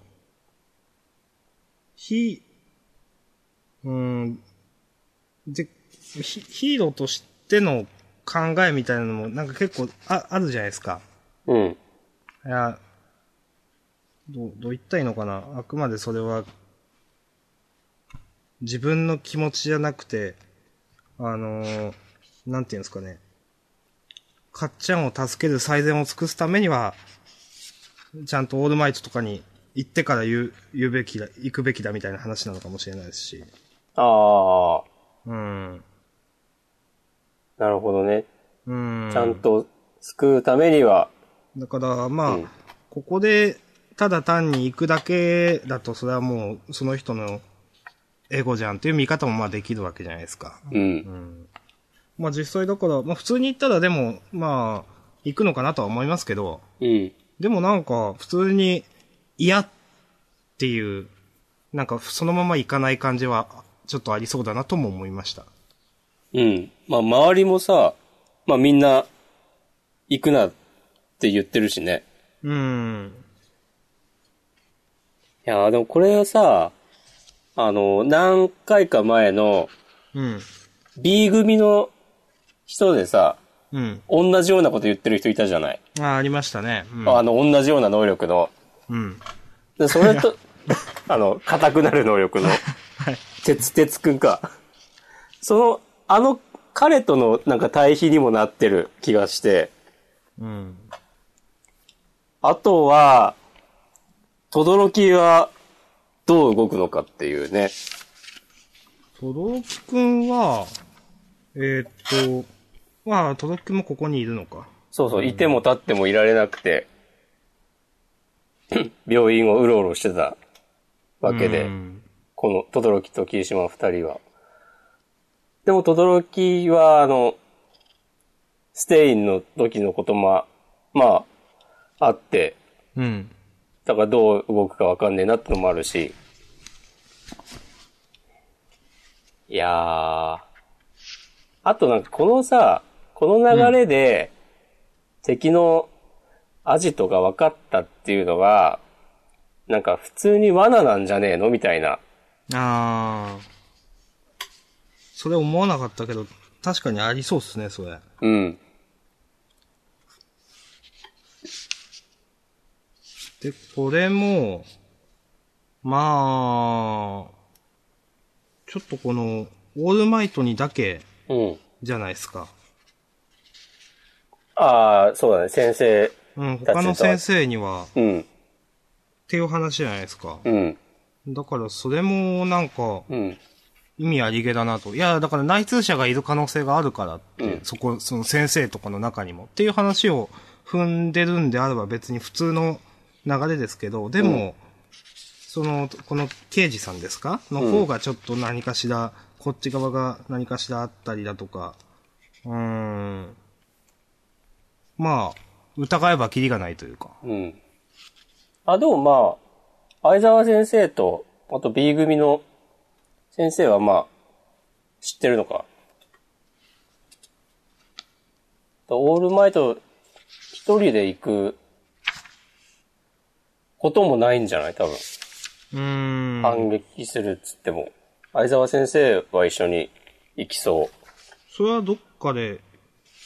Speaker 1: ひ、うーん、で、ヒヒーローとしての考えみたいなのも、なんか結構ああるじゃないですか。
Speaker 2: うん。
Speaker 1: いや、どう、どう言ったらいいのかな。あくまでそれは、自分の気持ちじゃなくて、あのーなんていうんですかね。かっちゃんを助ける最善を尽くすためには、ちゃんとオールマイトとかに行ってから言う、言うべきだ、行くべきだみたいな話なのかもしれないですし。
Speaker 2: あ
Speaker 1: うん。
Speaker 2: ー、なるほどね。
Speaker 1: うん。
Speaker 2: ちゃんと救うためには、
Speaker 1: だから、まあ、
Speaker 2: うん
Speaker 1: ここで、ただ単に行くだけだと、それはもう、その人のエゴじゃんっていう見方もまあできるわけじゃないですか。
Speaker 2: うん。
Speaker 1: まあ実際だから、まあ普通に行ったらでも、まあ、行くのかなとは思いますけど、
Speaker 2: うん。
Speaker 1: でもなんか、普通に嫌っていう、なんかそのまま行かない感じは、ちょっとありそうだなとも思いました。
Speaker 2: うん。まあ、周りもさ、まあみんな、行くなって言ってるしね。
Speaker 1: うん。
Speaker 2: いやーでもこれはさ、あの、何回か前の
Speaker 1: うん。
Speaker 2: B 組の人でさ、
Speaker 1: うん。
Speaker 2: 同じようなこと言ってる人いたじゃない。
Speaker 1: ああ、ありましたね。
Speaker 2: あの、同じような能力の。
Speaker 1: うん。うん。
Speaker 2: でそれと、 <laughs> あの、硬くなる能力の、鉄、鉄くんか。その、あの、彼とのなんか対比にもなってる気がして、
Speaker 1: うん。
Speaker 2: あとは、轟はどう動くのかっていうね。
Speaker 1: とどきくんは、えーっと、まあ、とどきくんもここにいるのか。
Speaker 2: そうそう、いても立ってもいられなく
Speaker 1: <laughs>
Speaker 2: て、病院をうろうろしてたわけで。
Speaker 1: うん
Speaker 2: この、トドロキと霧島二人は。でも、トドロキは、あの、ステインの時のことも、まあ、あって、
Speaker 1: うん。
Speaker 2: だからどう動くかわかんねえなってのもあるし。いやー。あとなんかこのさ、この流れで、敵のアジトが分かったっていうのが、なんか普通に罠なんじゃねえのみたいな。
Speaker 1: あー。それ思わなかったけど、確かにありそうっすね、それ。
Speaker 2: うん。
Speaker 1: で、これも、まあ、ちょっとこの、オールマイトにだけ、
Speaker 2: うん。
Speaker 1: じゃないですか。
Speaker 2: ああ、そうだね、先生。
Speaker 1: うん、他の先生には、っ
Speaker 2: うん、
Speaker 1: ていう話じゃないですか。
Speaker 2: うん、
Speaker 1: だから、それも、なんか、
Speaker 2: うん、
Speaker 1: 意味ありげだなと。いや、だから内通者がいる可能性があるからって、そこ、その先生とかの中にもっていう話を踏んでるんであれば別に普通の流れですけど、でも、その、この刑事さんですかの方がちょっと何かしら、こっち側が何かしらあったりだとか、うーん。まあ、疑えばキリがないというか。
Speaker 2: うん。あ、でもまあ、相沢先生と、あと B 組の先生はまあ、知ってるのか。オールマイト一人で行くこともないんじゃない多分。
Speaker 1: うーん。
Speaker 2: 反撃するっつっても。相沢先生は一緒に行きそ
Speaker 1: それはどっかで、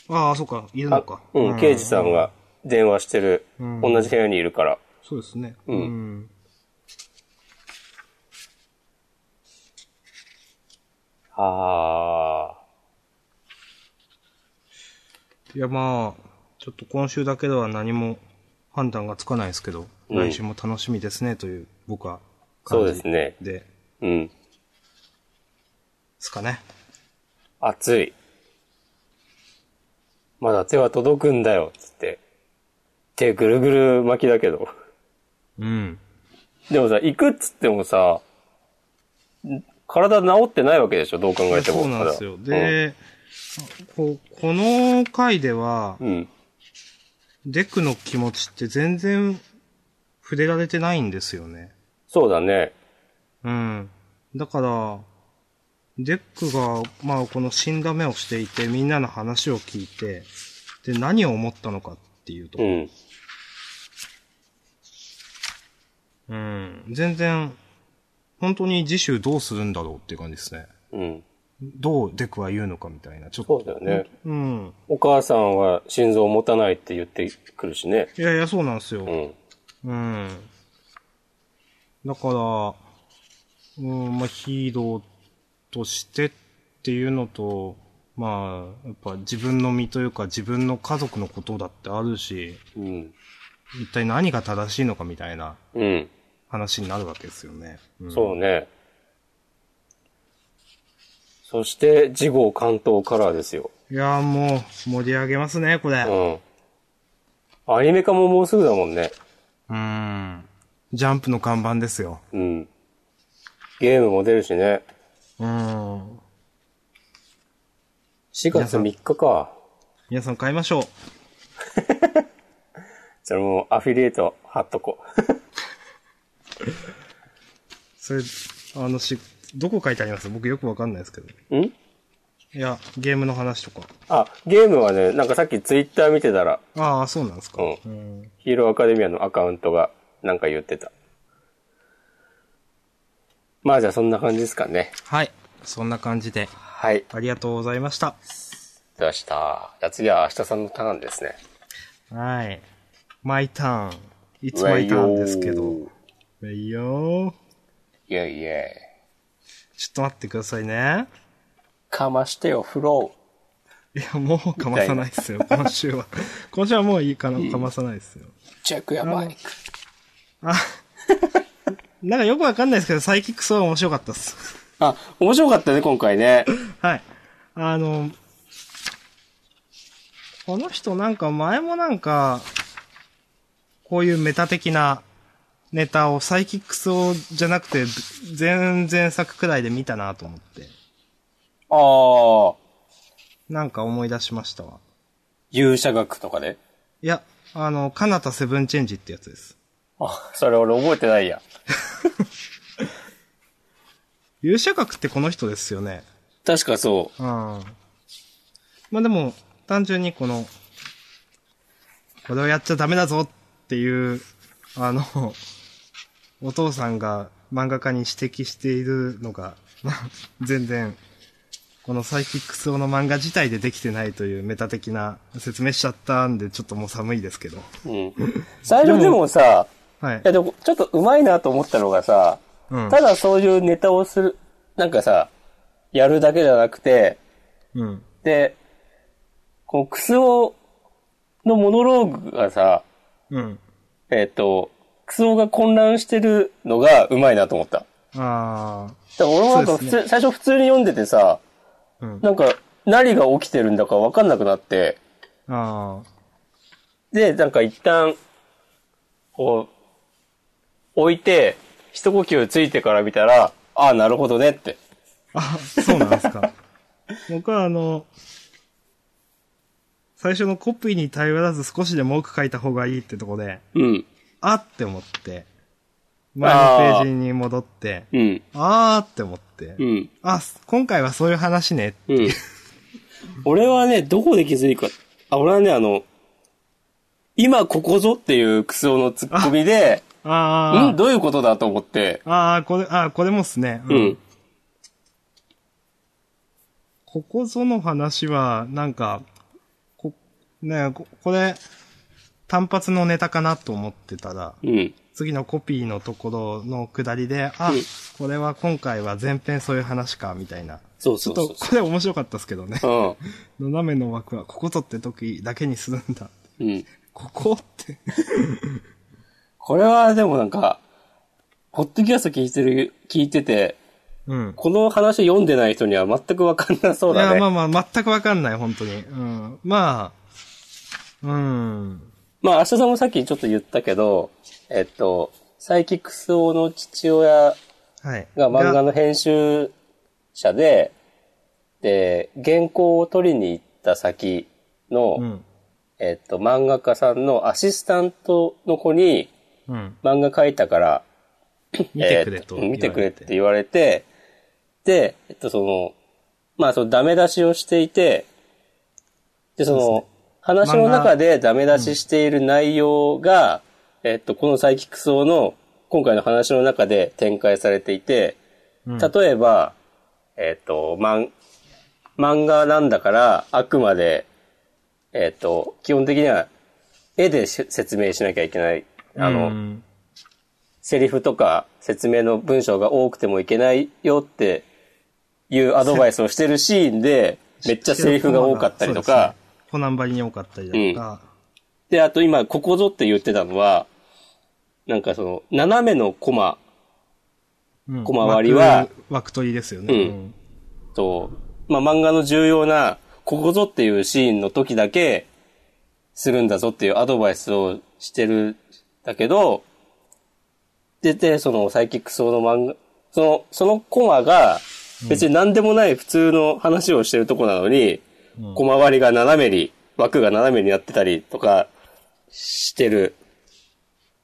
Speaker 1: ああ、そうか、いる
Speaker 2: う。
Speaker 1: のか。
Speaker 2: うん、刑事さんが電話してる。
Speaker 1: うん
Speaker 2: 同じ部屋にいるから。
Speaker 1: そうですね。
Speaker 2: うん
Speaker 1: ん
Speaker 2: あ
Speaker 1: いや、まあ、ちょっと今週だけでは何も判断がつかないですけど、
Speaker 2: うん
Speaker 1: 来週も楽しみですね、という、僕は、
Speaker 2: そう
Speaker 1: 感
Speaker 2: で
Speaker 1: じ
Speaker 2: すね
Speaker 1: で、
Speaker 2: ー、うん。
Speaker 1: すかね。
Speaker 2: 暑い。まだ手は届くんだよ、つって。手ぐるぐる巻きだけど。
Speaker 1: うん。
Speaker 2: でもさ、行くっつってもさ、体治ってないわけでしょ、どう考えても。
Speaker 1: そうなんですよ。
Speaker 2: まだ、
Speaker 1: で、ここの回では
Speaker 2: う、ん。
Speaker 1: デクの気持ちって全然触れられてないんですよね。
Speaker 2: そうだね。
Speaker 1: うん。だから、デックが、まあ、この死んだ目をしていて、みんなの話を聞いて、で、何を思ったのかっていうと
Speaker 2: う、ん。
Speaker 1: うん、全然、本当に次週どうするんだろうっていう感じですね。
Speaker 2: うん。
Speaker 1: どうデクは言うのかみたいな、ちょっ
Speaker 2: そ
Speaker 1: と。
Speaker 2: うだよね。
Speaker 1: うん。
Speaker 2: お母さんは心臓を持たないって言ってくるしね。
Speaker 1: いやいや、そうなんですよ。
Speaker 2: うん。
Speaker 1: うん。だから、うん、まあ、ヒーローとしてっていうのと、まあ、やっぱ自分の身というか自分の家族のことだってあるし、
Speaker 2: うん。
Speaker 1: 一体何が正しいのかみたいな
Speaker 2: うん。
Speaker 1: 話になるわけですよね。うん、
Speaker 2: そうね。そして、次号関東カラーですよ。
Speaker 1: いやーもう、盛り上げますね、これ。
Speaker 2: うん。アニメ化ももうすぐだもんね。
Speaker 1: うん。ジャンプの看板ですよ。
Speaker 2: うん。ゲームも出るしね。
Speaker 1: うん。
Speaker 2: 4月3日か。
Speaker 1: 皆さん買いましょう。
Speaker 2: それもうアフィリエイト貼っとこ
Speaker 1: それ、あのし、どこ書いてあります僕よくわかんないですけど。
Speaker 2: う。 <laughs> ん
Speaker 1: いや、ゲームの話とか。
Speaker 2: あ、ゲームはね、なんかさっきツイッター見てたら、
Speaker 1: ああ、そうなんですか。
Speaker 2: うん
Speaker 1: うん。
Speaker 2: ヒーローアカデミアのアカウントがなんか言ってた。まあじゃあそんな感じですかね。
Speaker 1: はい。そんな感じで、
Speaker 2: はい。
Speaker 1: ありがとうございました。
Speaker 2: では明日。じゃあ次は明日さんのターンですね。
Speaker 1: はい。マイターン。いつマイターンですけど。いいよー
Speaker 2: イェイイェイ。
Speaker 1: ちょっと待ってくださいね。
Speaker 2: かましてよ、フロ
Speaker 1: いや、もうかまさないっすよ、今週は。今週はもういいかな、かまさないっすよ。
Speaker 2: ー。チェックやバイク。
Speaker 1: あ、なんかよくわかんないですけど、サイキックスは面白かったっす。
Speaker 2: あ、面白かったね、今回ね。
Speaker 1: はい。あの、この人なんか前もなんか、こういうメタ的なネタをサイキックスをじゃなくて、全然作くらいで見たなと思って、
Speaker 2: ああ、
Speaker 1: なんか思い出しましたわ。
Speaker 2: 勇者学とかで、
Speaker 1: いや、あの、カナタセブンチェンジってやつです。
Speaker 2: あ、それ俺覚えてないや。
Speaker 1: 勇者学ってこの人ですよね。
Speaker 2: 確かそ
Speaker 1: うん。まあでも、単純にこの、これをやっちゃダメだぞっていう、あの、お父さんが漫画家に指摘しているのが、まあ、全然、このサイキックス用の漫画自体でできてないというメタ的な説明しちゃったんで、ちょっともう寒いですけど。
Speaker 2: う。うん。最初でもさ、
Speaker 1: はい
Speaker 2: いや。でもちょっと上手いなと思ったのがさ、
Speaker 1: うん。
Speaker 2: ただそういうネタをする、なんかさ、やるだけじゃなくて、
Speaker 1: うん。
Speaker 2: で、このクスオのモノローグがさ、
Speaker 1: うん。
Speaker 2: えっ、と、クスオが混乱してるのが上手いなと思った。
Speaker 1: あ
Speaker 2: だから俺もなんか
Speaker 1: そう
Speaker 2: 普
Speaker 1: で
Speaker 2: 通、
Speaker 1: す
Speaker 2: 最初普通に読んでて
Speaker 1: あ。
Speaker 2: さ、
Speaker 1: うん。
Speaker 2: なんか何が起きてるんだかわかんなくなって、
Speaker 1: ああ。
Speaker 2: で、なんか一旦、こう、置いて、一呼吸ついてから見たら、ああ、なるほどねって。
Speaker 1: あ、そうなんですか。僕はあの、最初のコピーに頼らず少しでも多く書いた方がいいってとこで、
Speaker 2: うん。
Speaker 1: あって思って、前のページに戻って、
Speaker 2: うん。
Speaker 1: あーって思って、
Speaker 2: うん。
Speaker 1: あ、今回はそういう話ね。
Speaker 2: うん。
Speaker 1: <laughs>
Speaker 2: 俺はね、どこで気づいたか。あ、俺はね、あの、今ここぞっていうクソのツッコミで、う
Speaker 1: あ
Speaker 2: ん、
Speaker 1: ー、
Speaker 2: どういうことだと思って、
Speaker 1: あー、これ、あーこれもっすね。う
Speaker 2: うんん。
Speaker 1: ここぞの話は、なんか、こ、ねこ、これ、単発のネタかなと思ってたら、
Speaker 2: うん。
Speaker 1: 次のコピーのところの下りで、あ、これは今回は前編そういう話か、みたいな。
Speaker 2: そう
Speaker 1: ち
Speaker 2: そ
Speaker 1: ょっ
Speaker 2: うそ
Speaker 1: と、
Speaker 2: うそ
Speaker 1: これ面白かったですけどね。 <laughs>
Speaker 2: う。
Speaker 1: 斜めの枠は、こことって時だけにするんだ。 <laughs>
Speaker 2: うん。うん。
Speaker 1: ここって。
Speaker 2: これはでもなんか、ホットキャスト聞いてる、聞いてて、
Speaker 1: うん。
Speaker 2: この話読んでない人には全くわかんなそうだ
Speaker 1: いや、
Speaker 2: ね。
Speaker 1: まあまあ、全くわかんない、本当に。うん。まあ、うん。
Speaker 2: まあ、明日さんもさっきちょっと言ったけど、えっと、サイキックス王の父親
Speaker 1: はい。
Speaker 2: が漫画の編集者で、で、原稿を取りに行った先の、
Speaker 1: うん。
Speaker 2: えっと、漫画家さんのアシスタントの子に、
Speaker 1: うん。
Speaker 2: 漫画描いたから、
Speaker 1: 見てくれと
Speaker 2: えーっ見てくれって言われて、で、えっと、その、まあ、そのダメ出しをしていて、で、その、話の中でダメ出ししている内容が、えっと、このサイキックスオの今回の話の中で展開されていて、
Speaker 1: うん
Speaker 2: 例えば、えっと、まん、漫画なんだから、あくまで、えっと、基本的には絵でし説明しなきゃいけない。あの、
Speaker 1: うん
Speaker 2: セリフとか説明の文章が多くてもいけないよっていうアドバイスをしてるシーンで、めっちゃセリフが多かったり
Speaker 1: そ
Speaker 2: と
Speaker 1: うで、
Speaker 2: か
Speaker 1: すねコナンバリに多かったりだとか、
Speaker 2: で、あと今、ここぞって言ってたのは、なんかその、斜めのコマ
Speaker 1: うん
Speaker 2: コマ割りは
Speaker 1: 枠、枠取りですよね。
Speaker 2: うんと、まあ、漫画の重要な、ここぞっていうシーンの時だけ、するんだぞっていうアドバイスをしてるんだけど、で、で、そのサイキック層の漫画、その、そのコマが、別に何でもない普通の話をしてるとこなのに、コマ割りが斜めに、枠が斜めになってたりとかしてる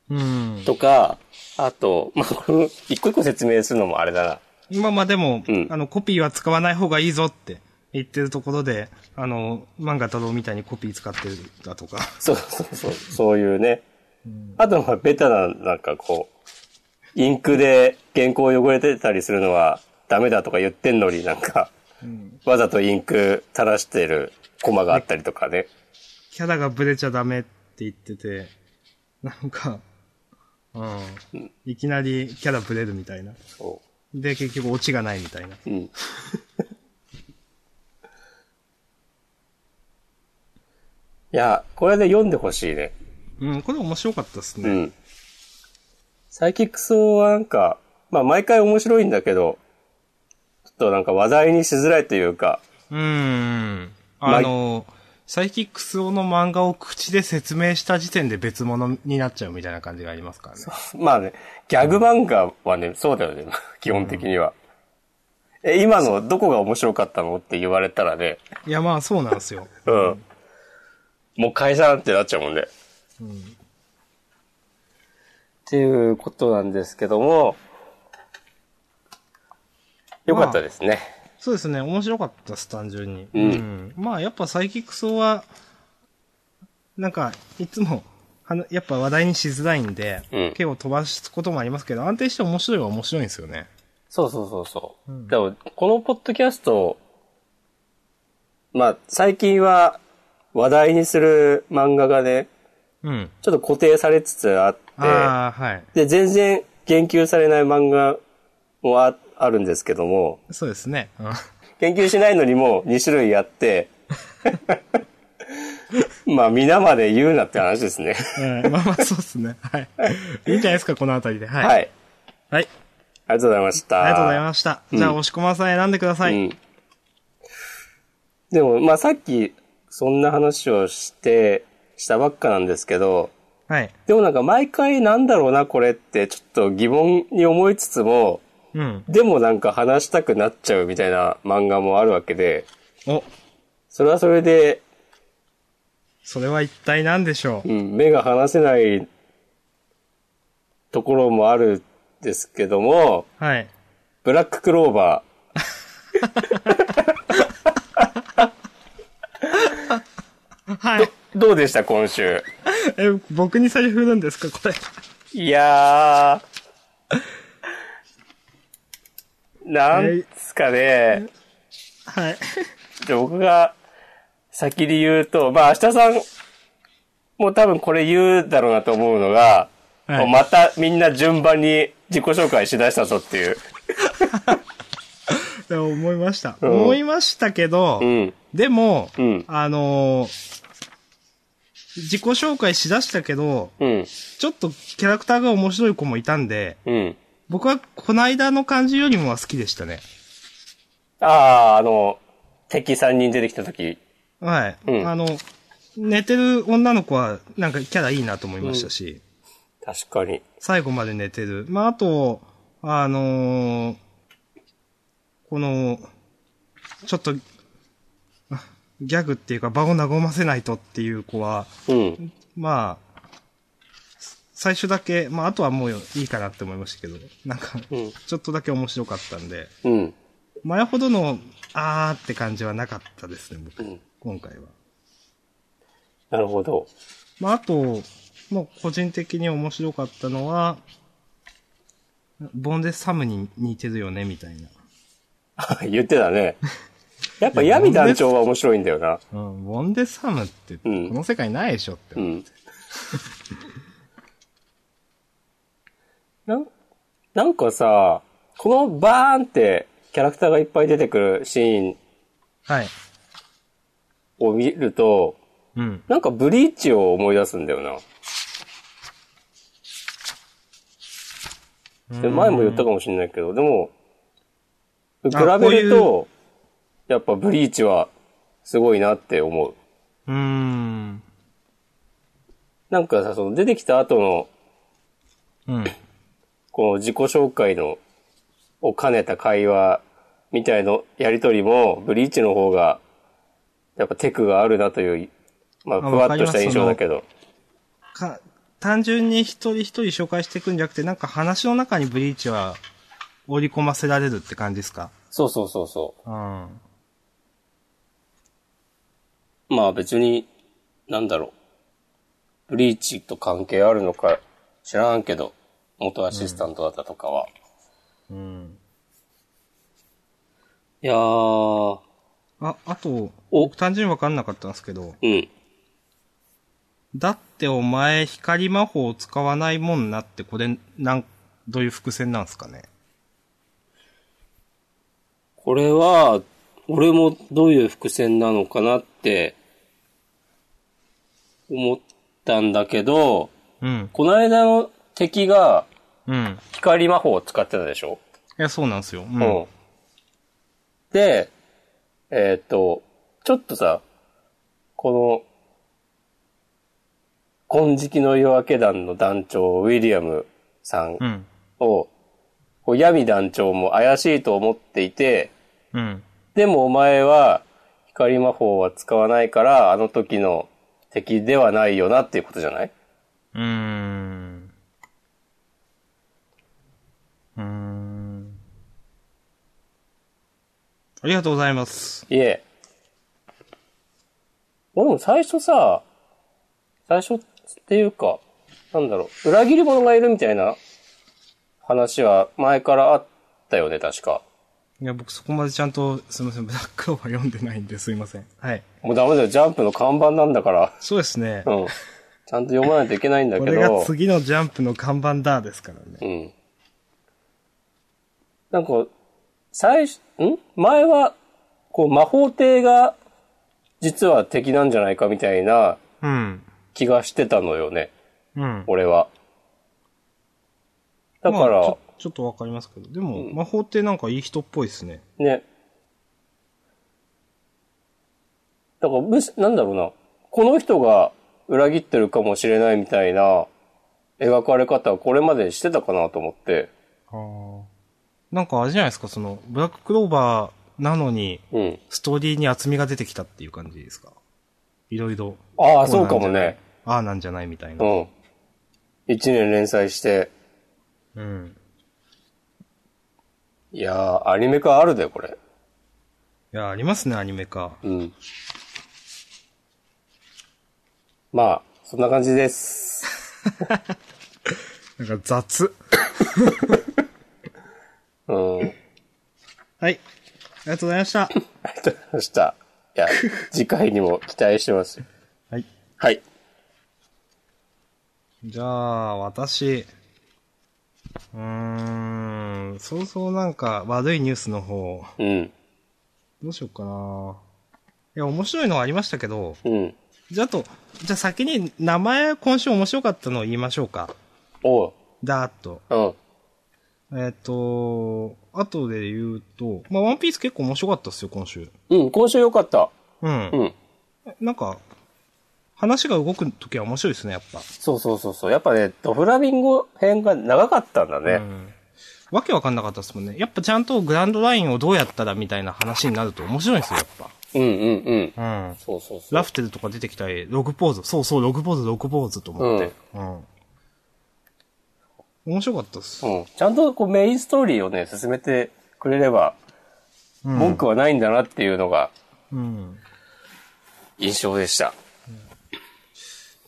Speaker 1: うん。
Speaker 2: とか、あと、まあ、この一個一個説明するのもあれだな。
Speaker 1: まあまあでも、
Speaker 2: うん
Speaker 1: あの、コピーは使わない方がいいぞって言ってるところで、あの、漫画太郎みたいにコピー使ってるだとか。
Speaker 2: そうそうそう、そういうね。あとはベタな、なんかこう、インクで原稿汚れてたりするのはダメだとか言ってんのになんか、わざとインク垂らしてるコマがあったりとかね。
Speaker 1: キャラがブレちゃダメって言ってて、なんか、うん。いきなりキャラブレるみたいな。
Speaker 2: そ
Speaker 1: で、結局オチがないみたいな。
Speaker 2: う。うん。いや、これで読んでほしいね。
Speaker 1: うん、これ面白かったです
Speaker 2: う
Speaker 1: ね。
Speaker 2: ん。サイキックスはなんか、まあ毎回面白いんだけど、ちょっとなんか話題にしづらいというか、
Speaker 1: うーん。あの、サイキックスオの漫画を口で説明した時点で別物になっちゃうみたいな感じがありますからね。
Speaker 2: まあね、ギャグ漫画はね、そうだよね、 <laughs> 基本的には。え、今のどこが面白かったのって言われたらね、
Speaker 1: いや、まあそうなんですよ。
Speaker 2: うん。もう解散ってなっちゃうもんね。っていうことなんですけども、よかったですね。
Speaker 1: そうですね、面白かったです、単純に。
Speaker 2: うん
Speaker 1: まあやっぱサイキックスオは、なんか、いつも、はなやっぱ話題にしづらいんで、
Speaker 2: うん
Speaker 1: 結構飛ばすこともありますけど、安定して面白いは面白いんですよね。
Speaker 2: そうそうそうそう。でも、このポッドキャスト、まあ、最近は話題にする漫画がね、
Speaker 1: うん。
Speaker 2: ちょっと固定されつつあって、
Speaker 1: ああ、はい。
Speaker 2: で、全然言及されない漫画もああるんですけども、
Speaker 1: そうですね。うん
Speaker 2: 言及しないのにも2種類あって、 <laughs> まあ皆まで言うなって話ですね。
Speaker 1: うんまあまあそうですね。はい。いいんじゃないですか、このあたりで。はい。
Speaker 2: はい。
Speaker 1: はい。
Speaker 2: ありがとうございました。
Speaker 1: ありがとうございました。じゃあ、押し込まさん選んでください。
Speaker 2: うん。でも、まあさっきそんな話をして、したばっかなんですけど、
Speaker 1: はい。
Speaker 2: でもなんか毎回なんだろうなこれってちょっと疑問に思いつつも、
Speaker 1: うん。
Speaker 2: でもなんか話したくなっちゃうみたいな漫画もあるわけで、
Speaker 1: お、
Speaker 2: それはそれで、
Speaker 1: それは一体何でしょう。
Speaker 2: うん、目が離せないところもあるんですけども、
Speaker 1: はい。
Speaker 2: ブラッククローバ
Speaker 1: はい。
Speaker 2: ー、どうでした今週。
Speaker 1: え、僕に最初振るんですか、これ。
Speaker 2: いやー、なんすかね、
Speaker 1: はい。
Speaker 2: じゃあ僕が先に言うと、まあ明日さんも多分これ言うだろうなと思うのが、
Speaker 1: はい
Speaker 2: またみんな順番に自己紹介しだしたぞってい
Speaker 1: っ
Speaker 2: う。
Speaker 1: て思いました。
Speaker 2: うん
Speaker 1: 思いましたけど、
Speaker 2: うん。
Speaker 1: でも、
Speaker 2: うん
Speaker 1: あのー自己紹介しだしたけど、
Speaker 2: うん。
Speaker 1: ちょっとキャラクターが面白い子もいたんで、
Speaker 2: うん。
Speaker 1: 僕はこの間の感じよりもは好きでしたね。
Speaker 2: ああ、あの、敵3人出てきた時。
Speaker 1: はい。
Speaker 2: うん
Speaker 1: あの、寝てる女の子はなんかキャラいいなと思いましたし、
Speaker 2: 確かに。
Speaker 1: 最後まで寝てる。まあ、あと、あのーこの、ちょっと、あギャグっていうか場を和ませないとっていう子は、
Speaker 2: うん。
Speaker 1: まあ、最初だけ、まあ、あとはもういいかなって思いましたけど、なんか、
Speaker 2: うん
Speaker 1: ちょっとだけ面白かったんで、
Speaker 2: うん。
Speaker 1: 前ほどの、あーって感じはなかったですね、僕、
Speaker 2: ん
Speaker 1: 今回は。
Speaker 2: なるほど。
Speaker 1: まあ、あと、もう個人的に面白かったのは、ボンデスサムに似てるよね、みたいな。
Speaker 2: <laughs> 言ってたね。やっぱ闇団長は面白いんだよな。
Speaker 1: うん、ボンデスサムって、こ
Speaker 2: うん
Speaker 1: の世界ないでしょって。
Speaker 2: うん。 <laughs> なん、なんかさ、このバーンってキャラクターがいっぱい出てくるシーン
Speaker 1: はい。
Speaker 2: を見ると、
Speaker 1: うん。
Speaker 2: なんかブリーチを思い出すんだよな。で前も言ったかもしれないけど、でも、比
Speaker 1: あこう
Speaker 2: べ
Speaker 1: い
Speaker 2: る
Speaker 1: う
Speaker 2: と、やっぱブリーチはすごいなって思う。
Speaker 1: うーん。
Speaker 2: なんかさ、その出てきた後の
Speaker 1: うん。
Speaker 2: この自己紹介の、を兼ねた会話みたいのやりとりも、ブリーチの方が、やっぱテクがあるなという、まあ、
Speaker 1: あ
Speaker 2: ふわっとした印象だけど。
Speaker 1: か、単純に一人一人紹介していくんじゃなくて、なんか話の中にブリーチは織り込ませられるって感じですか
Speaker 2: そうそうそうそ
Speaker 1: うん。
Speaker 2: う。まあ別に、なんだろう。ブリーチと関係あるのか知らんけど、元アシスタントだったとかは。
Speaker 1: うん。
Speaker 2: いやー、
Speaker 1: あ、あと、
Speaker 2: お
Speaker 1: 僕単純にわかんなかったんですけど、
Speaker 2: うん。
Speaker 1: だってお前光魔法を使わないもんなって、これ、なん、どういう伏線なんですかね
Speaker 2: これは、俺もどういう伏線なのかなって、思ったんだけど、
Speaker 1: うん。
Speaker 2: この間の敵が
Speaker 1: うん。
Speaker 2: 光魔法を使ってたでしょ、
Speaker 1: いや、そうなんですよ。うん。
Speaker 2: うんで、えーっと、ちょっとさ、この、金色の夜明け団の団長、ウィリアムさん
Speaker 1: うん。
Speaker 2: を、こう闇団長も怪しいと思っていて、
Speaker 1: うん。
Speaker 2: でもお前は光魔法は使わないから、あの時の敵ではないよなっていうことじゃないう
Speaker 1: ーん。うーん。ありがとうございます。
Speaker 2: いえ。俺も最初さ、最初っていうか、なんだろう、裏切り者がいるみたいな話は前からあったよね、確か。
Speaker 1: いや、僕そこまでちゃんと、すいません、ブラッククローバー読んでないんですいません。はい。
Speaker 2: もうダメだよ、ジャンプの看板なんだから。
Speaker 1: そうですね。
Speaker 2: うん。ちゃんと読まないといけないんだ
Speaker 1: こ <laughs>
Speaker 2: け
Speaker 1: れが
Speaker 2: ど。
Speaker 1: 次のジャンプの看板だですからね。
Speaker 2: うん。なんか、最初、ん前は、こう、魔法帝が、実は敵なんじゃないかみたいな
Speaker 1: うん。
Speaker 2: 気がしてたのよね、
Speaker 1: うん。
Speaker 2: 俺は。だか
Speaker 1: まあち
Speaker 2: ら
Speaker 1: ょ、ちょっとわかりますけど。でも、魔法ってなんかいい人っぽいですね。
Speaker 2: ね。だから、むし、なんだろうな。この人が裏切ってるかもしれないみたいな描かれ方はこれまでしてたかなと思って。
Speaker 1: ああ。なんかあれじゃないですか、その、ブラッククローバーなのに、
Speaker 2: うん。
Speaker 1: ストーリーに厚みが出てきたっていう感じですかいろいろ。
Speaker 2: ああ、
Speaker 1: こ
Speaker 2: そう
Speaker 1: なんじゃない
Speaker 2: かもね。
Speaker 1: ああなんじゃないみたいな。
Speaker 2: うん。一年連載して、
Speaker 1: うん。
Speaker 2: いやー、アニメ化あるだよ、これ。
Speaker 1: いや、ありますね、アニメ化。
Speaker 2: うん。まあ、そんな感じです。
Speaker 1: なんか雑。
Speaker 2: うん。
Speaker 1: は
Speaker 2: あ <laughs> り
Speaker 1: い。ありがとうございました。 <laughs>
Speaker 2: がとうございました。いや、次回にも期待してます。
Speaker 1: はい。
Speaker 2: はい。
Speaker 1: じゃあ、私、うーん、そうそうなんか悪いニュースの方、
Speaker 2: うん。
Speaker 1: どうしようかな。いや、面白いのはありましたけど、
Speaker 2: うん。
Speaker 1: じゃあと、じゃあ先に名前今週面白かったのを言いましょうか。
Speaker 2: おう。
Speaker 1: だーっと。
Speaker 2: うん。
Speaker 1: えっ、と、後で言うと、まあ、ワンピース結構面白かったっすよ、今週。
Speaker 2: うん、今週良かった。
Speaker 1: うん。
Speaker 2: うん。
Speaker 1: なんか、話が動くときは面白いですね、やっぱ。
Speaker 2: そうそうそうそう。やっぱね、ドフラミンゴ編が長かったんだ
Speaker 1: う
Speaker 2: ね。
Speaker 1: ん。わけわかんなかったですもんね。やっぱちゃんとグランドラインをどうやったらみたいな話になると面白いんですよ、やっ
Speaker 2: うん、うん、うん。
Speaker 1: ぱ。うん。
Speaker 2: そうそうそう。
Speaker 1: ラフテルとか出てきたり、ログポーズ、そうそう、ログポーズ、ログポーズと思って。うん。面白かったっす。
Speaker 2: うん。ちゃんとこうメインストーリーをね、進めてくれれば、
Speaker 1: うん
Speaker 2: 文句はないんだなっていうのが
Speaker 1: うん。
Speaker 2: 印象でした。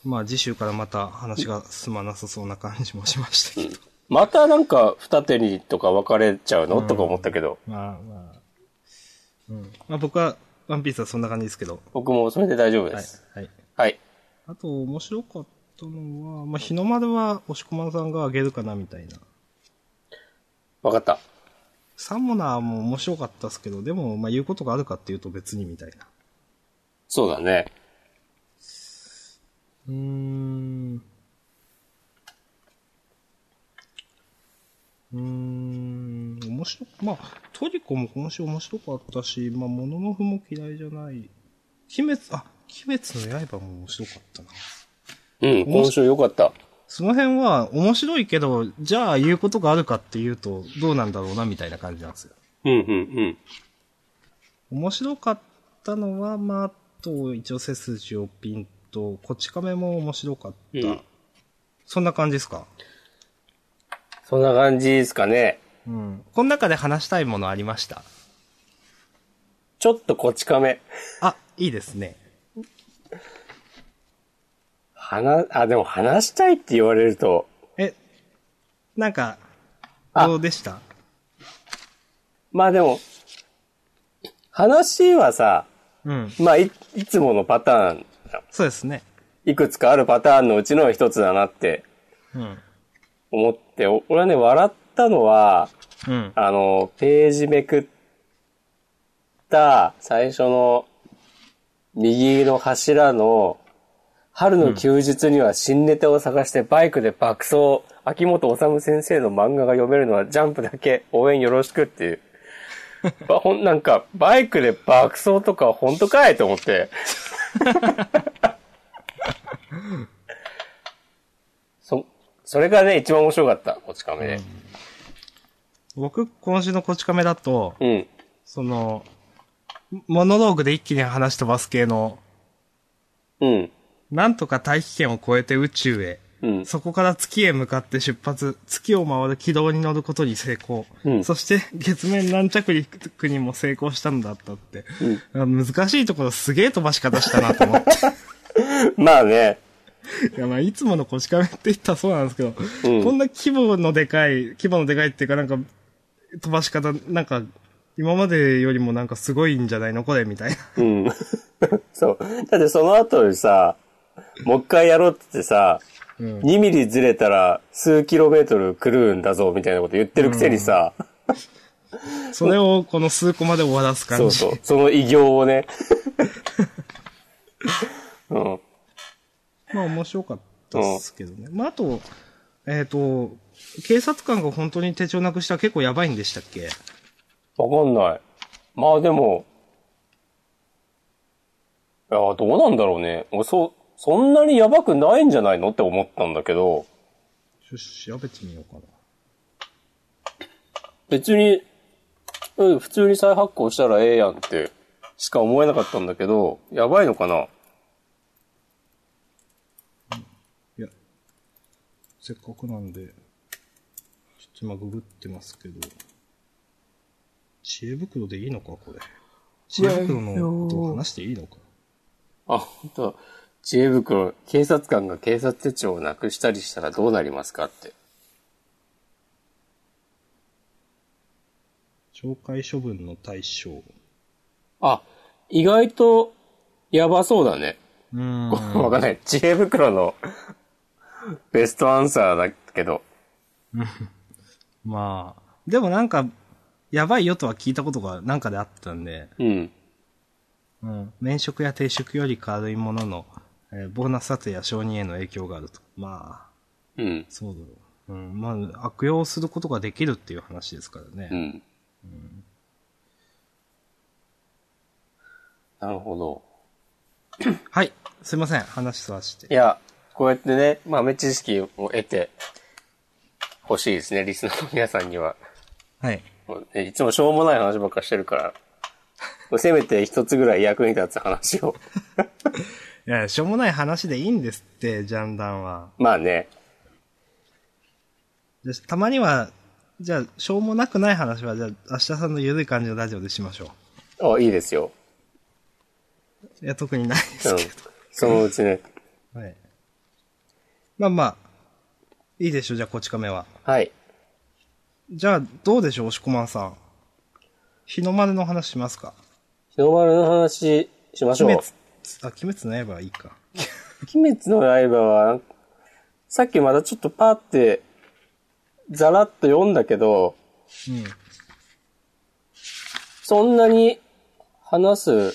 Speaker 1: まあ次週からまた話が進まなさそうな感じもしましたけど。
Speaker 2: またなんか二手にとか分かれちゃうの、とか思ったけど、
Speaker 1: <laughs> まあまあ。うん。まあ僕は、ワンピースはそんな感じですけど。
Speaker 2: 僕もそれで大丈夫で
Speaker 1: はい
Speaker 2: す。。
Speaker 1: はい。
Speaker 2: はい。
Speaker 1: あと、面白かったのは、まあ、日の丸は、押し込まんさんがあげるかな、みたいな。
Speaker 2: わかった。
Speaker 1: サモナーも面白かったですけど、でも、まあ、言うことがあるかっていうと別に、みたいな。
Speaker 2: そうだね。
Speaker 1: うーん。うーん、面白、まあ、トリコも今週面白かったし、まあ、モノノフも嫌いじゃない。鬼滅、あ、鬼滅の刃も面白かったな。
Speaker 2: うん、今週良かった。
Speaker 1: その辺は面白いけど、じゃあ言うことがあるかっていうと、どうなんだろうな、みたいな感じなんですよ。
Speaker 2: うん、うん、
Speaker 1: 面白かったのは、まあ、あと、一応背筋をピンと、こち亀も面白かった。
Speaker 2: うん。うん。
Speaker 1: そんな感じですか
Speaker 2: そんな感じですかね。
Speaker 1: うん。この中で話したいものありました。
Speaker 2: ちょっとこち亀。
Speaker 1: あ、いいですね。
Speaker 2: 話、あ、でも話したいって言われると、
Speaker 1: え、なんか、
Speaker 2: あ
Speaker 1: どうでした
Speaker 2: まあでも、話はさ、
Speaker 1: うん。
Speaker 2: まあい、いつものパターン、
Speaker 1: そうですね。
Speaker 2: いくつかあるパターンのうちの一つだなって
Speaker 1: うん。
Speaker 2: 思って、お俺はね、笑ったのは、
Speaker 1: うん。
Speaker 2: あの、ページめくった最初の右の柱の春の休日には新ネタを探してバイクで爆走。秋元治先生の漫画が読めるのはジャンプだけ応援よろしくって <laughs> いう。ばほんなんか、バイクで爆走とか本当かいと思 <laughs> って。そ、それがね、一番面白かった、こち亀で。
Speaker 1: 僕、今週のこち亀だと、
Speaker 2: うん。
Speaker 1: その、モノローグで一気に話飛ばす系の、
Speaker 2: うん。
Speaker 1: なんとか大気圏を越えて宇宙へ。
Speaker 2: うん。
Speaker 1: そこから月へ向かって出発、月を回る軌道に乗ることに成功。
Speaker 2: うん
Speaker 1: そして月面軟着陸にも成功したのだったって。難しいところすげえ飛ばし方したなと思って。
Speaker 2: <laughs> まあね。
Speaker 1: いやまあいつもの腰亀って言ったらそうなんですけど、
Speaker 2: うん
Speaker 1: こんな規模のでかい、規模のでかいっていうかなんか飛ばし方、なんか今までよりもなんかすごいんじゃないのこれみたいな。
Speaker 2: <laughs> うん。そう。だってその後にさ、もう一回やろうって言ってさ、
Speaker 1: うん
Speaker 2: 2ミリずれたら数キロメートル狂うんだぞみたいなこと言ってるくせにさ、
Speaker 1: それをこの数個まで終わらす感じ。
Speaker 2: そうそう、その偉業
Speaker 1: <laughs>
Speaker 2: をね。うん。
Speaker 1: まあ面白かったですけどね。まああと、えっ、と、警察官が本当に手帳なくしたら結構やばいんでしたっけ
Speaker 2: わかんない。まあでも、いや、どうなんだろうね。俺そ、そんなにやばくないんじゃないのって思ったんだけど、
Speaker 1: ちょっと調べてみようかな。
Speaker 2: 別に、うん、普通に再発行したらええやんってしか思えなかったんだけど、やばいのかない
Speaker 1: や、せっかくなんで、ちょっと今ググってますけど、知恵袋でいいのかこれ。知恵袋のことを話していいのか
Speaker 2: あ、本当知恵袋、警察官が警察手帳をなくしたりしたらどうなりますかって。
Speaker 1: 懲戒処分の対象。
Speaker 2: あ、意外とやばそうだね。
Speaker 1: うーん。
Speaker 2: わかんない。知恵袋のベストアンサーだけど。
Speaker 1: <laughs> まあ、でもなんか、やばいよとは聞いたことがなんかであったんで、
Speaker 2: うん。
Speaker 1: うん、免職や定職より軽いものの、えーボーナス査定や承認への影響があると。まあ、
Speaker 2: うん。
Speaker 1: そうだろう。うん、まあ、悪用することができるっていう話ですからね。
Speaker 2: うん。なるほど。
Speaker 1: はい。すいません。話そらし
Speaker 2: い
Speaker 1: て。
Speaker 2: や、こうやってね、豆知識を得て欲しいですね、リスナーの皆さんには。
Speaker 1: はい。
Speaker 2: もうねいつもしょうもない話ばっかりしてる <laughs> から、せめて一つぐらい役に立つ話を。
Speaker 1: いや、しょうもない話でいいんですって、ジャンダンは。
Speaker 2: まあね、
Speaker 1: でたまには、じゃあ、しょうもなくない話は、じゃあ、明日さんのゆるい感じのラジオでしましょ
Speaker 2: あ、いいですよ。
Speaker 1: う。いや、特にないで
Speaker 2: う
Speaker 1: す
Speaker 2: ん
Speaker 1: け。
Speaker 2: そのうちね。
Speaker 1: ど。はい。まあまあ、いいでしょう、じゃあ、こち亀は。
Speaker 2: はい。
Speaker 1: じゃあ、どうでしょう、押しこまんさん。日の丸の話しますか。
Speaker 2: 日の丸の話しましょう。
Speaker 1: 鬼
Speaker 2: 鬼
Speaker 1: 滅、あ、鬼滅の刃はいいか。
Speaker 2: 滅の刃は、さっきまたちょっとパーって、ざらっと読んだけど、
Speaker 1: うん。
Speaker 2: そんなに話す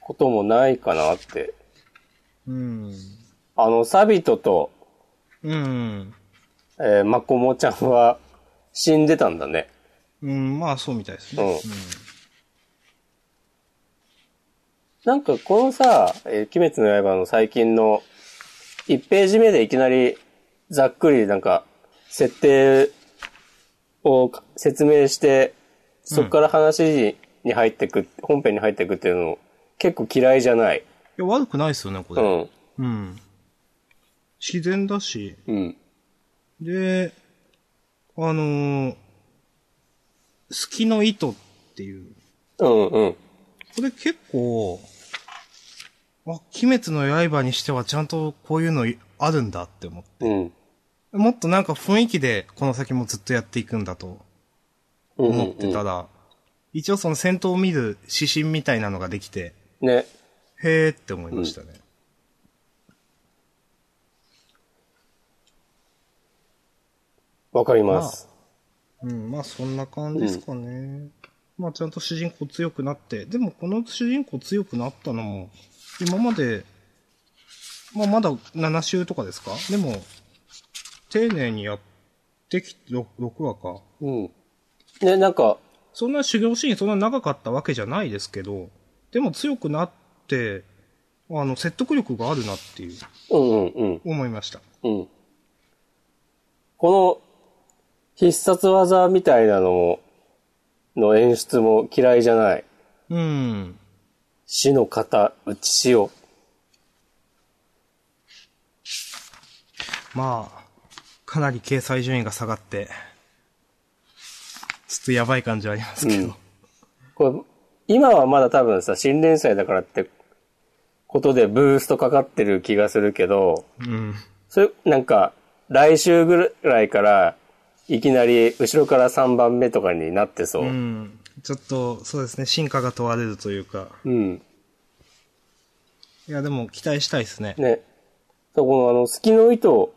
Speaker 2: こともないかなって。
Speaker 1: うん。
Speaker 2: あの、サビトと、
Speaker 1: うん。
Speaker 2: えー、マコモちゃんは死んでたんだね。
Speaker 1: うん、まあ、そうみたいです
Speaker 2: う
Speaker 1: ね。
Speaker 2: ん。なんかこのさ、えー鬼滅の刃の最近の1ページ目でいきなりざっくりなんか設定を説明して、そこから話に入ってく、本編に入ってくっていうの結構嫌いじゃない。
Speaker 1: いや、悪くないですよね、こ
Speaker 2: う
Speaker 1: れ。
Speaker 2: ん。
Speaker 1: うん。自然だし、
Speaker 2: うん。
Speaker 1: で、あのー、隙の糸っていう。
Speaker 2: うんうん。
Speaker 1: これ結構、あ、鬼滅の刃にしてはちゃんとこういうのあるんだって思って。
Speaker 2: うん。
Speaker 1: もっとなんか雰囲気でこの先もずっとやっていくんだと
Speaker 2: うんうん
Speaker 1: 思ってたら、一応その戦闘を見る指針みたいなのができて、
Speaker 2: ね。
Speaker 1: へーって思いましたね。
Speaker 2: わかります。
Speaker 1: うん、まあそんな感じですかね。まあちゃんと主人公強くなって、でもこの主人公強くなったのも、今まで、まあまだ7週とかですかでも、丁寧にやってきて、6, 話か。
Speaker 2: うん。ね、なんか、
Speaker 1: そんな修行シーンそんな長かったわけじゃないですけど、でも強くなって、あの、説得力があるなっていう、
Speaker 2: うんうんうん。
Speaker 1: 思いました。
Speaker 2: うん。この必殺技みたいなのも、の演出も嫌いじゃない。
Speaker 1: うん。
Speaker 2: 死の型、打ちしよ
Speaker 1: まあ、かなり掲載順位が下がって、ちょっとやばい感じはありますけど。
Speaker 2: うんう。これ、今はまだ多分さ、新連載だからってことでブーストかかってる気がするけど、
Speaker 1: うん。
Speaker 2: それ、なんか、来週ぐらいから、いきなり後ろから3番目とかになってそうう。
Speaker 1: ん。ちょっと、そうですね、進化が問われるというか。
Speaker 2: うん。
Speaker 1: いや、でも期待したいですね。
Speaker 2: ね。そこのあの、隙の糸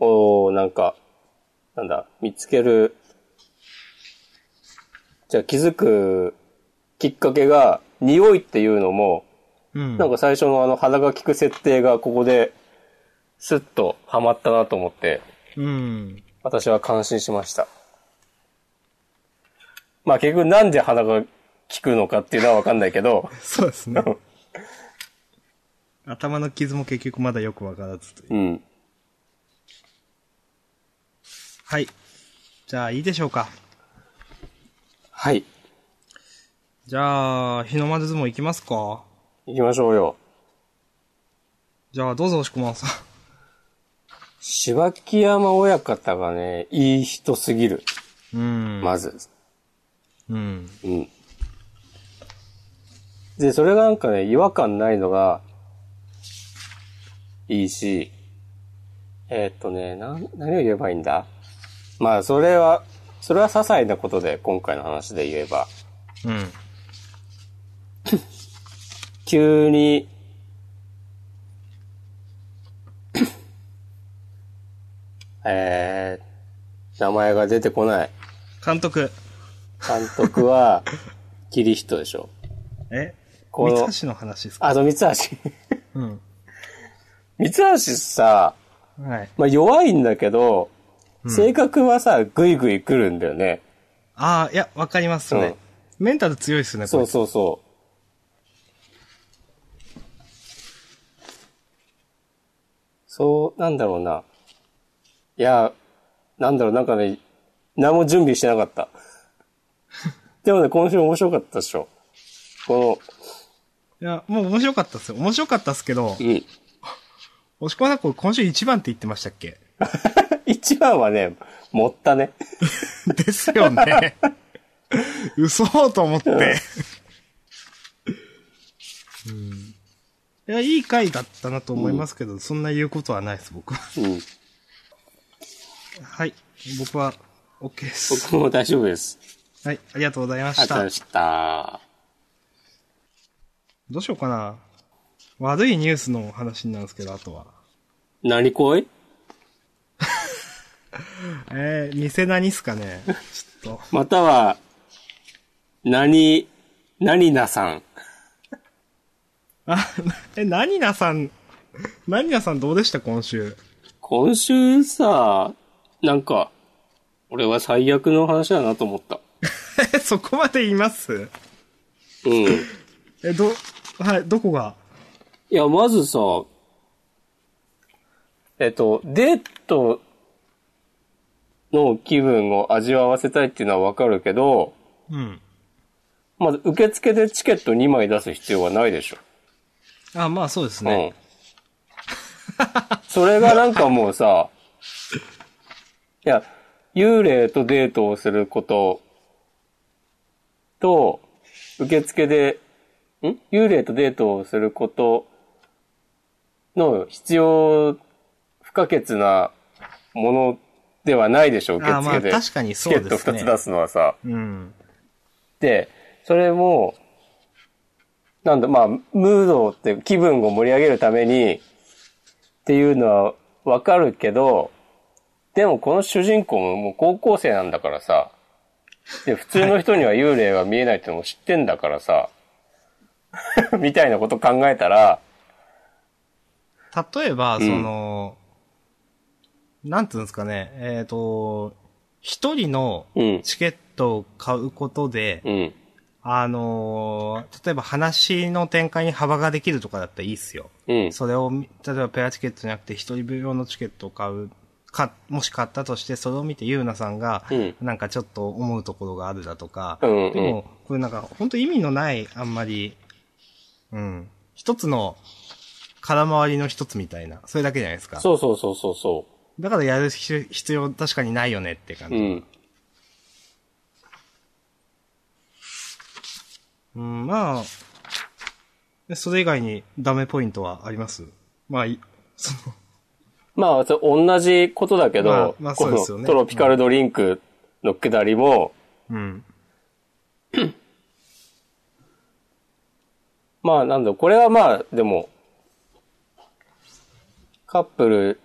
Speaker 2: を、なんか、なんだ、見つける、じゃあ気づくきっかけが、匂いっていうのも、
Speaker 1: うん。
Speaker 2: なんか最初のあの鼻が効く設定がここで、スッとハマったなと思って、
Speaker 1: うん。
Speaker 2: 私は感心しました。まあ結局なんで鼻が効くのかっていうのはわかんないけど、
Speaker 1: そうですね。頭の傷も結局まだよくわからずという。
Speaker 2: うん。
Speaker 1: はい。じゃあ、いいでしょうか。
Speaker 2: はい。
Speaker 1: じゃあ、日の丸相撲いきますか。
Speaker 2: 行きましょうよ。
Speaker 1: じゃあ、どうぞ、押し込まんさん。
Speaker 2: 柴木山親方がね、いい人すぎる。
Speaker 1: うん。
Speaker 2: まず。
Speaker 1: うん。
Speaker 2: うん。で、それがなんかね、違和感ないのが、いいし、えーっとね、なん、何を言えばいいんだまあ、それは、それは些細なことで、今回の話で言えば、
Speaker 1: うん。
Speaker 2: 急に、えー、名前が出てこない。
Speaker 1: 監督。
Speaker 2: 監督は、キリヒトでしょ。
Speaker 1: え
Speaker 2: この
Speaker 1: 三橋の話ですか
Speaker 2: あと、三橋。 <laughs>
Speaker 1: うん。
Speaker 2: 三橋さ、
Speaker 1: はい。
Speaker 2: まあ、弱いんだけど、性格はさ、ぐいぐい来るんだよね。
Speaker 1: ああ、いや、わかります、それ。メンタル強いっすね、こ
Speaker 2: そ
Speaker 1: れ
Speaker 2: う。そうそう。そう、なんだろうな。いや、なんだろう、なんかね、何も準備してなかった。でもね、今週面白かったでしょ。こ
Speaker 1: いや、もう面白かったっすよ。面白かったっすけど
Speaker 2: の、う、ん。
Speaker 1: 押し込まなこ今週一番って言ってましたっけ
Speaker 2: <laughs>
Speaker 1: <laughs>
Speaker 2: 一番はね、持ったね。
Speaker 1: ですよね。 <laughs> 嘘と思って。うん。 <laughs> いや、いい回だったなと思いますけど、そんな言うことはないです、僕は。
Speaker 2: うん。
Speaker 1: <laughs> はい。僕は、OK です。
Speaker 2: 僕も大丈夫です。
Speaker 1: はい。ありがとうございま
Speaker 2: あ
Speaker 1: し
Speaker 2: りがと
Speaker 1: た
Speaker 2: うございま。した。
Speaker 1: どうしようかな。悪いニュースの話になるんですけど、あとは。
Speaker 2: 何恋
Speaker 1: えー、店何っすかね。ちょっと。
Speaker 2: または、何、何なさん。
Speaker 1: あ、 <laughs> え、何なさん、何なさんどうでした今週。 <laughs>
Speaker 2: 今週さ、なんか、俺は最悪の話だなと思った。
Speaker 1: え、そこまで言います
Speaker 2: うん。い
Speaker 1: え、ど、はい、どこが
Speaker 2: や、まずさ、えっと、デートの気分を味わわせたいっていうのはわかるけど、
Speaker 1: うん。
Speaker 2: まず受付でチケット2枚出す必要はないでしょ。
Speaker 1: あ、まあそうです
Speaker 2: う
Speaker 1: ね。
Speaker 2: ん。それがなんかもうさ、いや、幽霊とデートをすることと、受付で、ん幽霊とデートをすることの必要不可欠なものではないでしょ、受
Speaker 1: あま
Speaker 2: 付
Speaker 1: あ
Speaker 2: で。
Speaker 1: 確かにそうですね
Speaker 2: チケット2つ出すのはさ。
Speaker 1: うん。
Speaker 2: で、それも、なんだ、まあ、ムードって気分を盛り上げるためにっていうのはわかるけど、でもこの主人公ももう高校生なんだからさ、で、普通の人には幽霊が見えないってのも知ってんだからさ、 <laughs> みたいなこと考えたら、
Speaker 1: 例えば、
Speaker 2: ん
Speaker 1: その、なんていうんですかね、えっ、と、一人の
Speaker 2: うん
Speaker 1: チケットを買うことで、
Speaker 2: うん、
Speaker 1: あのー例えば話の展開に幅ができるとかだったらいいっすよ。
Speaker 2: うん、
Speaker 1: それを見、例えばペアチケットじゃなくて一人分用のチケットを買う、か、もし買ったとして、それを見てゆうなさんが
Speaker 2: うん、
Speaker 1: なんかちょっと思うところがあるだとか、
Speaker 2: うんうん
Speaker 1: でも、これなんか本当意味のない、あんまり、うん、一つの空回りの一つみたいな、それだけじゃないですか。
Speaker 2: そうそうそうそうそ
Speaker 1: だからやる必必要確かにないよねって感じ。
Speaker 2: う、うん、
Speaker 1: うん、まあ、でそれ以外にダメポイントはありますまあ、い <laughs> その、
Speaker 2: まあ、それ同じことだけど、
Speaker 1: まあまあそうですよね
Speaker 2: このトロピカルドリンクのくだりも、
Speaker 1: うん。
Speaker 2: まあ、なんだろう、これはまあ、でも、カップル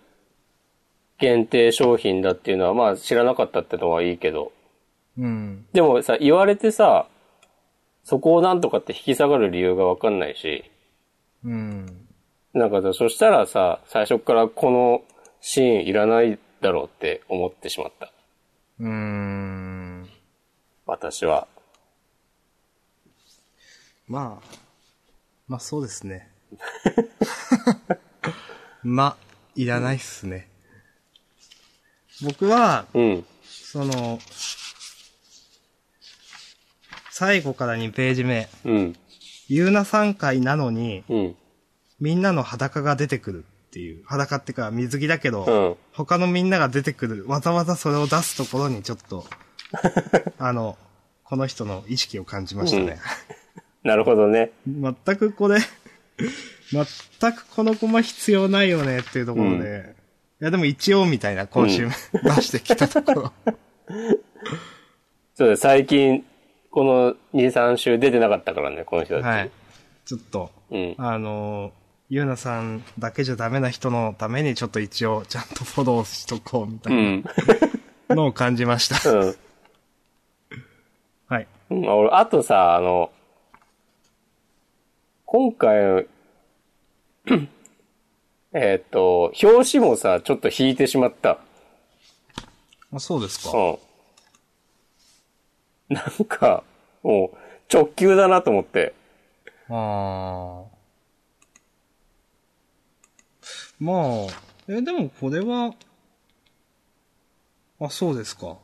Speaker 2: 限定商品だっていうのは、まあ、知らなかったってのはいいけど。
Speaker 1: うん。
Speaker 2: でもさ、言われてさ、そこをなんとかって引き下がる理由がわかんないし、
Speaker 1: うん。
Speaker 2: なんかさ、そしたらさ、最初からこのシーンいらないだろうって思ってしまった。
Speaker 1: うん。
Speaker 2: 私は。
Speaker 1: まあ、まあそうです
Speaker 2: <laughs>
Speaker 1: ね。まあ、いらないっすね。僕は、
Speaker 2: うん。
Speaker 1: その、最後から2ページ目、
Speaker 2: うん。
Speaker 1: ゆうなさん会なのに、
Speaker 2: うん。
Speaker 1: みんなの裸が出てくるっていう、裸ってか水着だけど、
Speaker 2: うん
Speaker 1: 他のみんなが出てくる、わざわざそれを出すところにちょっ
Speaker 2: <laughs>
Speaker 1: と、あの、この人の意識を感じましたね。
Speaker 2: なるほどね。
Speaker 1: 全くこれ、 <laughs> 全くこのコマ必要ないよねっていうところで、
Speaker 2: うん
Speaker 1: いやでも一応みたいな今週、
Speaker 2: うん
Speaker 1: <laughs> 出してきたところ。
Speaker 2: そうだ最近、この2、3週出てなかったからね、この人たち。
Speaker 1: はい。ちょっと、
Speaker 2: うん。
Speaker 1: あのーゆうなさんだけじゃダメな人のためにちょっと一応ちゃんとフォローしとこうみた
Speaker 2: う
Speaker 1: い
Speaker 2: ん。
Speaker 1: なのを感じました。
Speaker 2: うん。
Speaker 1: <laughs> はい。
Speaker 2: うん、 <laughs> 俺、あとさ、あの、今回、えっと、表紙もさ、ちょっと引いてしまった。
Speaker 1: あそうですか。
Speaker 2: うん。なんか、もう、直球だなと思って。
Speaker 1: ああ。まあ、え、でもこれは、あ、そうですか。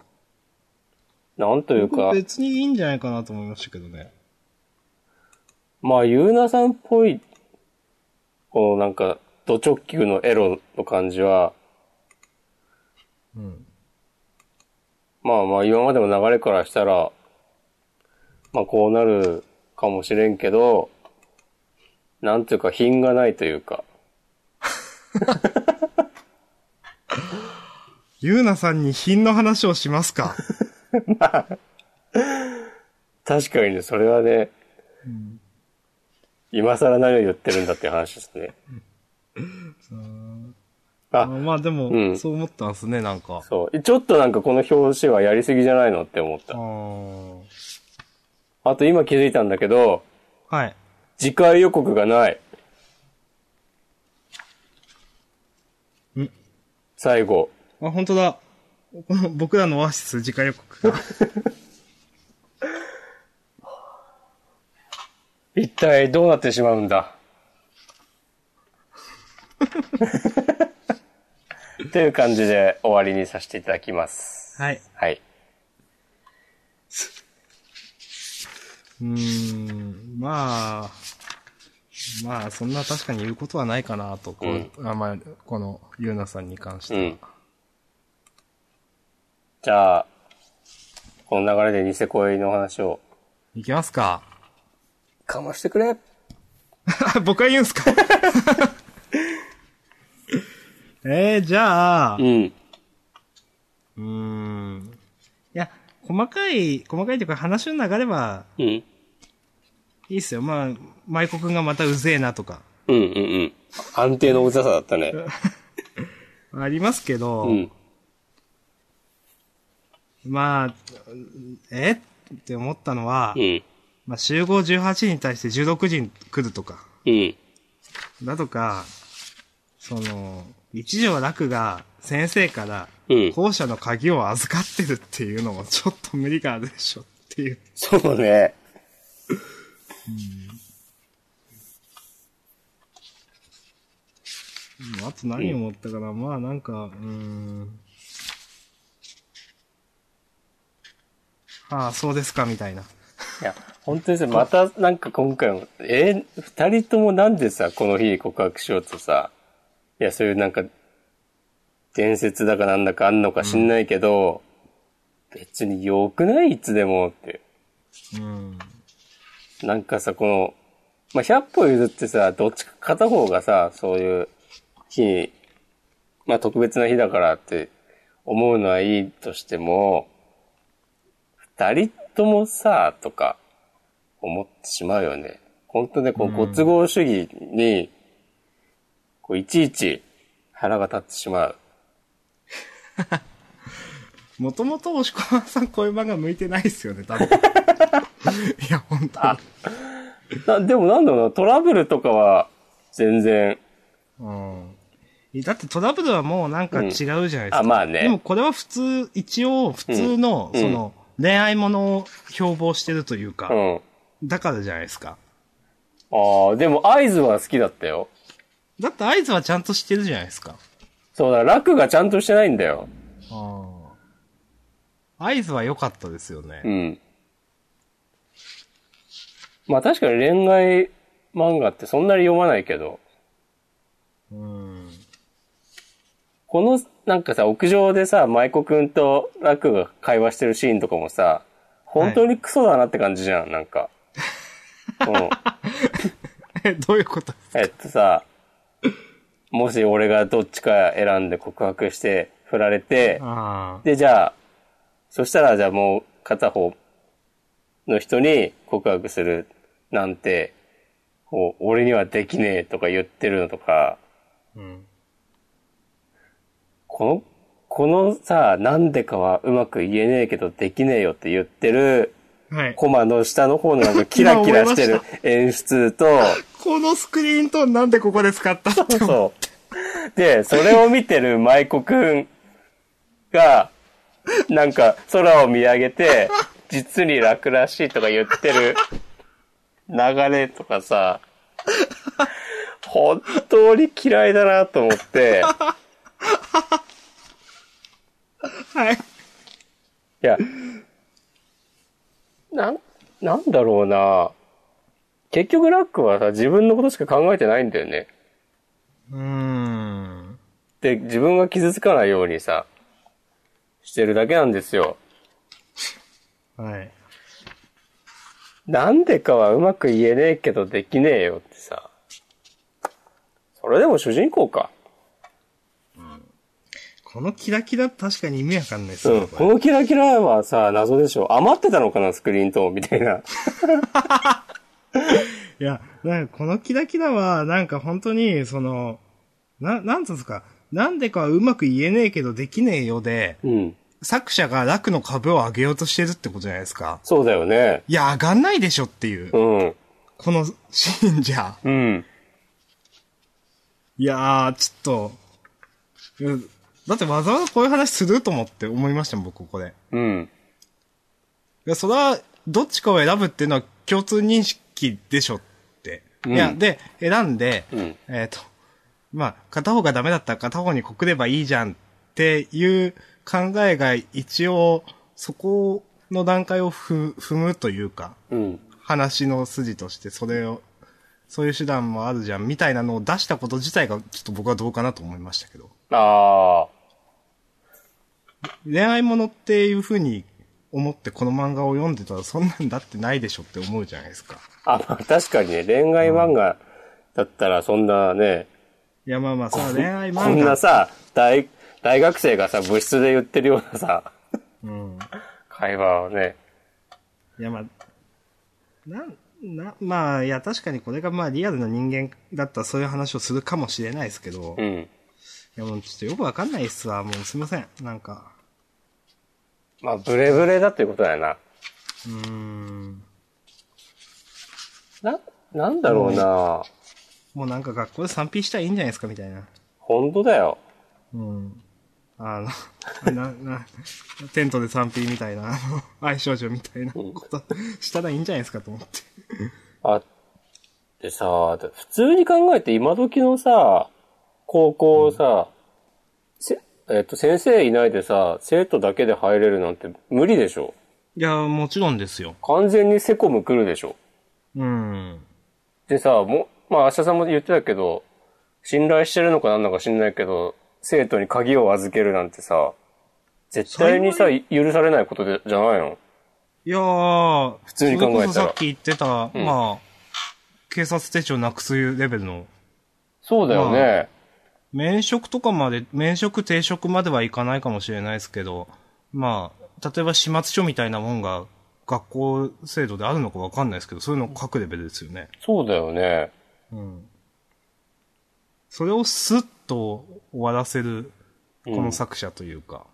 Speaker 2: なんというか、
Speaker 1: 別にいいんじゃないかなと思いましたけどね。
Speaker 2: まあ、ゆうなさんっぽい、このなんか、ド直球のエロの感じは、
Speaker 1: うん。
Speaker 2: まあまあ、今までの流れからしたら、まあ、こうなるかもしれんけど、なんというか、品がないというか、
Speaker 1: ゆうなさんに品の話をしますか。
Speaker 2: 確かにね、それはね、今更何を言ってるんだっていう話ですね。
Speaker 1: あ
Speaker 2: <laughs> あ、
Speaker 1: まあでも、
Speaker 2: うん
Speaker 1: そう思ったんですね、なんか。
Speaker 2: そう。ちょっとなんかこの表紙はやりすぎじゃないのって思っ
Speaker 1: あ
Speaker 2: た。
Speaker 1: ー
Speaker 2: あと今気づいたんだけど、
Speaker 1: はい。
Speaker 2: 次回予告がない。
Speaker 1: ん
Speaker 2: 最後。
Speaker 1: あ、本当だ。この僕らのオアシス次回予告
Speaker 2: <laughs>
Speaker 1: が。
Speaker 2: 一体どうなってしまうんだという感じで終わりにさせていただきます。
Speaker 1: はい。
Speaker 2: はい。
Speaker 1: うーん、まあ、まあ、そんな確かに言うことはないかなと、こう、あまあ、この、ゆうなさんに関して
Speaker 2: う
Speaker 1: は。
Speaker 2: ん。じゃあ、この流れでニセ恋の話を。
Speaker 1: いきますか。
Speaker 2: かましてくれ
Speaker 1: <laughs> 僕は言うんすか <laughs> えー、じゃあ、
Speaker 2: う。
Speaker 1: うんーん。いや、細かい、細かいというか話の流れは
Speaker 2: うん。
Speaker 1: いいっすよ。まあ、舞子くんがまたうぜえなとか、
Speaker 2: うんうんうん。安定のうざさだったね。
Speaker 1: ありますけど、
Speaker 2: うん。
Speaker 1: まあ、えって思ったのは、
Speaker 2: うん。
Speaker 1: まあ、集合18時に対して16時に来るとか、
Speaker 2: うん。
Speaker 1: だとか、その、一条楽が先生から
Speaker 2: うん、
Speaker 1: 校舎の鍵を預かってるっていうのもちょっと無理があるでしょっていう。
Speaker 2: そうね。
Speaker 1: うんあと何を思ったかな、まあなんか、うーん。ああ、そうですか、みたいな。
Speaker 2: いや、本当にさ、またなんか今回も、えー二人ともなんでさ、この日に告白しようとさ、いや、そういうなんか、伝説だかなんだかあんのか知んないけど、別に良くないいつでもって。
Speaker 1: うん。
Speaker 2: なんかさ、この、まあ、100歩譲ってさ、どっちか片方がさ、そういう日に、まあ、特別な日だからって思うのはいいとしても、二人ともさ、とか、思ってしまうよね。本当ね、こう、ご都合主義に、こう、いちいち腹が立ってしまう。
Speaker 1: もともと押川さんこういう漫画向いてないっすよね、
Speaker 2: <laughs>
Speaker 1: 多分。いや、本当に。
Speaker 2: なでもなんだろうな、トラブルとかは、全然、
Speaker 1: うん。だってトラブルはもうなんか違うじゃないですか。
Speaker 2: あ、まあね。
Speaker 1: でもこれは普通、一応普通の、
Speaker 2: うん
Speaker 1: その、恋愛ものを標榜してるというか、
Speaker 2: うん。
Speaker 1: だからじゃないですか。
Speaker 2: ああ、でも合図は好きだったよ。
Speaker 1: だって合図はちゃんとしてるじゃないですか。
Speaker 2: そうだ、楽がちゃんとしてないんだよ。
Speaker 1: 合図は良かったですよね
Speaker 2: う。ん。まあ確かに恋愛漫画ってそんなに読まないけど、
Speaker 1: うん。 <laughs>
Speaker 2: このなんかさ、屋上でさ、舞子くんと楽が会話してるシーンとかもさ、本当にクソだなって感じじゃん、なんか。うん。
Speaker 1: え、どういうこと
Speaker 2: <laughs> えっとさ、もし俺がどっちか選んで告白して、振られて、
Speaker 1: あ
Speaker 2: で、じゃあ、そしたら、じゃあもう片方の人に告白するなんて、お俺にはできねえとか言ってるのとか、
Speaker 1: うん。
Speaker 2: この、このさ、なんでかはうまく言えねえけどできねえよって言ってる、
Speaker 1: はい。
Speaker 2: コマの下の方のなんかキラキラしてる
Speaker 1: 今思い
Speaker 2: 演出と、
Speaker 1: このスクリーントーンなんでここで使ったって思う
Speaker 2: そう。で、それを見てる舞子くんが、なんか空を見上げて、実に楽らしいとか言ってる流れとかさ、本当に嫌いだなと思って、
Speaker 1: <laughs> はい。
Speaker 2: いや、なん、なんだろうな結局ラックはさ、自分のことしか考えてないんだよね。
Speaker 1: うーん。
Speaker 2: で、自分が傷つかないようにさ、してるだけなんですよ。
Speaker 1: はい。
Speaker 2: なんでかはうまく言えねえけどできねえよってさ。それでも主人公か。
Speaker 1: このキラキラ確かに意味わかんないです
Speaker 2: うん。
Speaker 1: ね。こ
Speaker 2: このキラキラはさ、謎でしょ。余ってたのかな、スクリーントーンみたいな。
Speaker 1: れいや、なんかこのキラキラは、なんか本当に、その、な、なんつうんですか、なんでかはうまく言えねえけどできねえようで、
Speaker 2: うん。
Speaker 1: 作者が楽の株を上げようとしてるってことじゃないですか。
Speaker 2: そうだよね。
Speaker 1: いや、上がんないでしょっていう
Speaker 2: う。ん。
Speaker 1: このシーンじゃ。
Speaker 2: うん。
Speaker 1: いやー、ちょっとうん。だってわざわざこういう話すると思って思いましたもん、僕ここで。
Speaker 2: うん。
Speaker 1: いや、それは、どっちかを選ぶっていうのは共通認識でしょって。
Speaker 2: うん
Speaker 1: いや、で、選んで、
Speaker 2: うん
Speaker 1: えっ、と、まあ、片方がダメだったら片方に告ればいいじゃんっていう考えが一応、そこの段階を踏踏むというか、
Speaker 2: うん。
Speaker 1: 話の筋としてそれを、そういう手段もあるじゃんみたいなのを出したこと自体がちょっと僕はどうかなと思いましたけど。
Speaker 2: あ
Speaker 1: 恋愛ものっていう風に思ってこの漫画を読んでたらそんなんだってないでしょって思うじゃないですか。
Speaker 2: あ。あ、まあ確かにね、恋愛漫画だったらそんなね、
Speaker 1: いやまあまあ、その恋愛
Speaker 2: こ
Speaker 1: 漫
Speaker 2: んな
Speaker 1: 画。
Speaker 2: さ、大、大学生がさ、部室で言ってるようなさ、
Speaker 1: うん。
Speaker 2: 会話をね。
Speaker 1: いやまあ、なん、な、まあ、いや確かにこれがまあリアルな人間だったらそういう話をするかもしれないですけど、
Speaker 2: う
Speaker 1: い
Speaker 2: ん。
Speaker 1: やもうちょっとよくわかんないっすわ。もうすいません。なんか、
Speaker 2: まあ、ブレブレだということだよな。
Speaker 1: うーん。
Speaker 2: な、なんだろうな、
Speaker 1: もうなんか学校で 3P したらいいんじゃないですかみたいな。
Speaker 2: 本当だよ。
Speaker 1: うん。あの、な、な、テントで 3P みたいな、あの、愛少女みたいなことしたらいいんじゃないですかと思って。
Speaker 2: あ、でさ、普通に考えて今時のさ、高校さ、せえっと、先生いないでさ、生徒だけで入れるなんて無理でしょ
Speaker 1: いや、もちろんですよ。
Speaker 2: 完全にセコム来るでしょ
Speaker 1: うん。
Speaker 2: でさ、もう、まあ、明日さんも言ってたけど、信頼してるのかなんだか知んないけど、生徒に鍵を預けるなんてさ、絶対にさ、許されないことでじゃないの
Speaker 1: いやー、普
Speaker 2: 通に考えたら
Speaker 1: さっき言ってた、まあ、警察手帳なくすレベルの、
Speaker 2: そうだよね。
Speaker 1: 免職とかまで、免職停職まではいかないかもしれないですけど、まあ、例えば始末書みたいなもんが学校制度であるのかわかんないですけど、そういうの書くレベルですよね。
Speaker 2: そうだよね。
Speaker 1: うん。それをスッと終わらせる、この作者というか。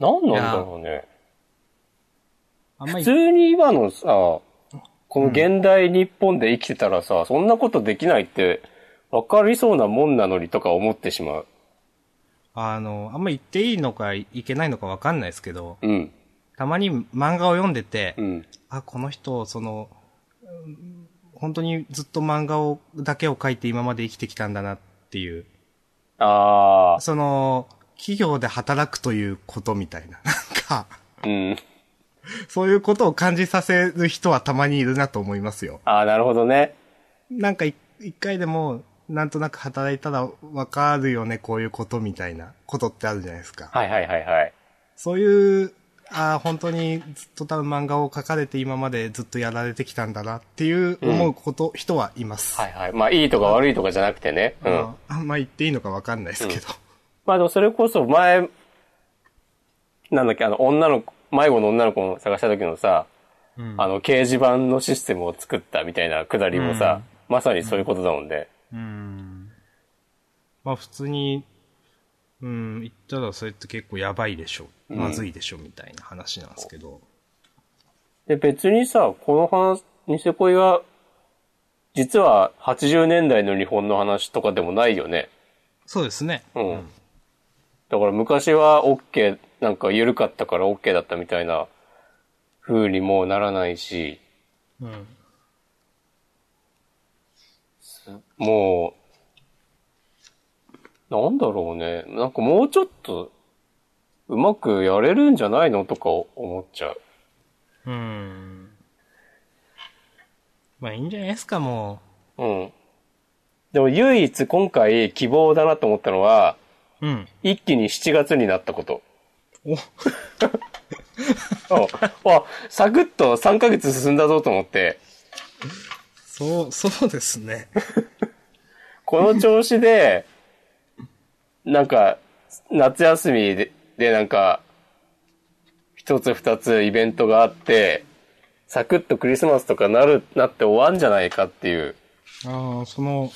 Speaker 2: なんなんだろうね。
Speaker 1: あんま
Speaker 2: 普
Speaker 1: り、
Speaker 2: 通に今のさ、この現代日本で生きてたらさ、そんなことできないって、わかりそうなもんなのにとか思ってしまう。
Speaker 1: あの、あんま言っていいのかいけないのかわかんないですけど、
Speaker 2: うん。
Speaker 1: たまに漫画を読んでて、
Speaker 2: うん。
Speaker 1: あ、この人、その、うん本当にずっと漫画を、だけを書いて今まで生きてきたんだなっていう。
Speaker 2: あ
Speaker 1: その、企業で働くということみたいな。なんか、
Speaker 2: あ、うん。
Speaker 1: そういうことを感じさせる人はたまにいるなと思いますよ。
Speaker 2: ああ、なるほどね。
Speaker 1: なんかい一回でも、なんとなく働いたらわかるよね、こういうことみたいなことってあるじゃないですか。
Speaker 2: はいはいはいはい。
Speaker 1: そういう、ああ、本当にずっと多分漫画を描かれて今までずっとやられてきたんだなっていう思うこと、人はいます。
Speaker 2: はいはい。まあ、いいとか悪いとかじゃなくてね。う
Speaker 1: あ
Speaker 2: ん
Speaker 1: の。あんま言っていいのかわかんないですけど。
Speaker 2: まあでもそれこそ前、なんだっけ、あの、女の子、迷子の女の子を探した時のさ、あの、掲示板のシステムを作ったみたいなくだりもさ、まさにそういうことだもんね。
Speaker 1: うん。まあ普通に、うん、言ったらそれって結構やばいでしょ。まずいでしょ、みたいな話なんですけど。
Speaker 2: で、別にさ、この話、ニセ恋は、実は80年代の日本の話とかでもないよね。
Speaker 1: そうですね。
Speaker 2: うん。だから昔は OK、なんか緩かったから OK だったみたいな風にもうならないし、
Speaker 1: うん。
Speaker 2: もう、なんだろうね。なんかもうちょっと、うまくやれるんじゃないのとか思っちゃう。
Speaker 1: うん。まあいいんじゃないですか、も
Speaker 2: うん。でも唯一今回希望だなと思ったのは、
Speaker 1: う。うん。
Speaker 2: 一気に7月になったこと。
Speaker 1: お
Speaker 2: うん <laughs> あ、サクッと3ヶ月進んだぞと思って、
Speaker 1: そう、そうですね。
Speaker 2: この調子で、なんか、夏休みで、でなんか、一つ二つイベントがあって、サクッとクリスマスとかなる、なって終わんじゃないかっていう
Speaker 1: ああ、その、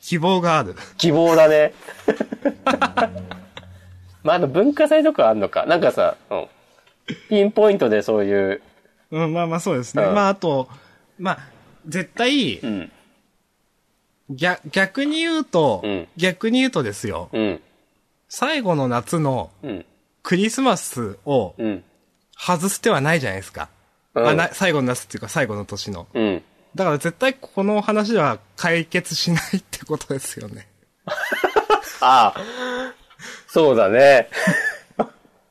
Speaker 1: 希望がある。
Speaker 2: 希望だね。まあ、あの文化祭とかあんのか。なんかさ、うん。ピンポイントでそういう、
Speaker 1: うん、まあまあそうですね。
Speaker 2: うん
Speaker 1: まああと、まあ、絶対、
Speaker 2: ん
Speaker 1: 逆逆に言うと、
Speaker 2: うん
Speaker 1: 逆に言うとですよ、
Speaker 2: うん、
Speaker 1: 最後の夏の
Speaker 2: うん、
Speaker 1: クリスマスを
Speaker 2: うん、
Speaker 1: 外す手はないじゃないですか。
Speaker 2: うん
Speaker 1: あな最後の夏っていうか最後の年の。
Speaker 2: うん。
Speaker 1: だから絶対この話では解決しないってことですよね。
Speaker 2: ああ、そうだね。 <laughs>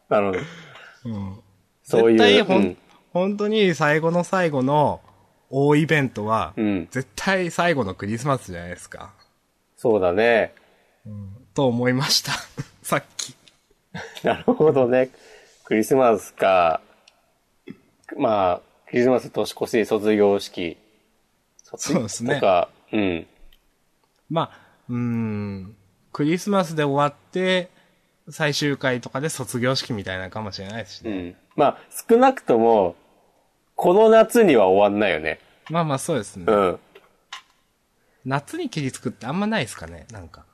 Speaker 2: なるほ
Speaker 1: う
Speaker 2: ど。
Speaker 1: ん、
Speaker 2: そうい
Speaker 1: 絶
Speaker 2: う。
Speaker 1: 対ほん、
Speaker 2: うん
Speaker 1: 本当に最後の最後の大イベントは、
Speaker 2: うん
Speaker 1: 絶対最後のクリスマスじゃないですか。
Speaker 2: そうだね。
Speaker 1: と思いました。 <laughs> さっき。
Speaker 2: なるほどね。クリスマスか。まあ、クリスマス年越し、卒業式。
Speaker 1: そうですね
Speaker 2: とか、うん。
Speaker 1: まあ、うーん、クリスマスで終わって、最終回とかで卒業式みたいなのかもしれないですし
Speaker 2: う
Speaker 1: ね。
Speaker 2: ん。まあ、少なくとも、この夏には終わんないよね。
Speaker 1: まあまあそうですね。
Speaker 2: うん。
Speaker 1: 夏に切りつくってあんまないですかね、なんか。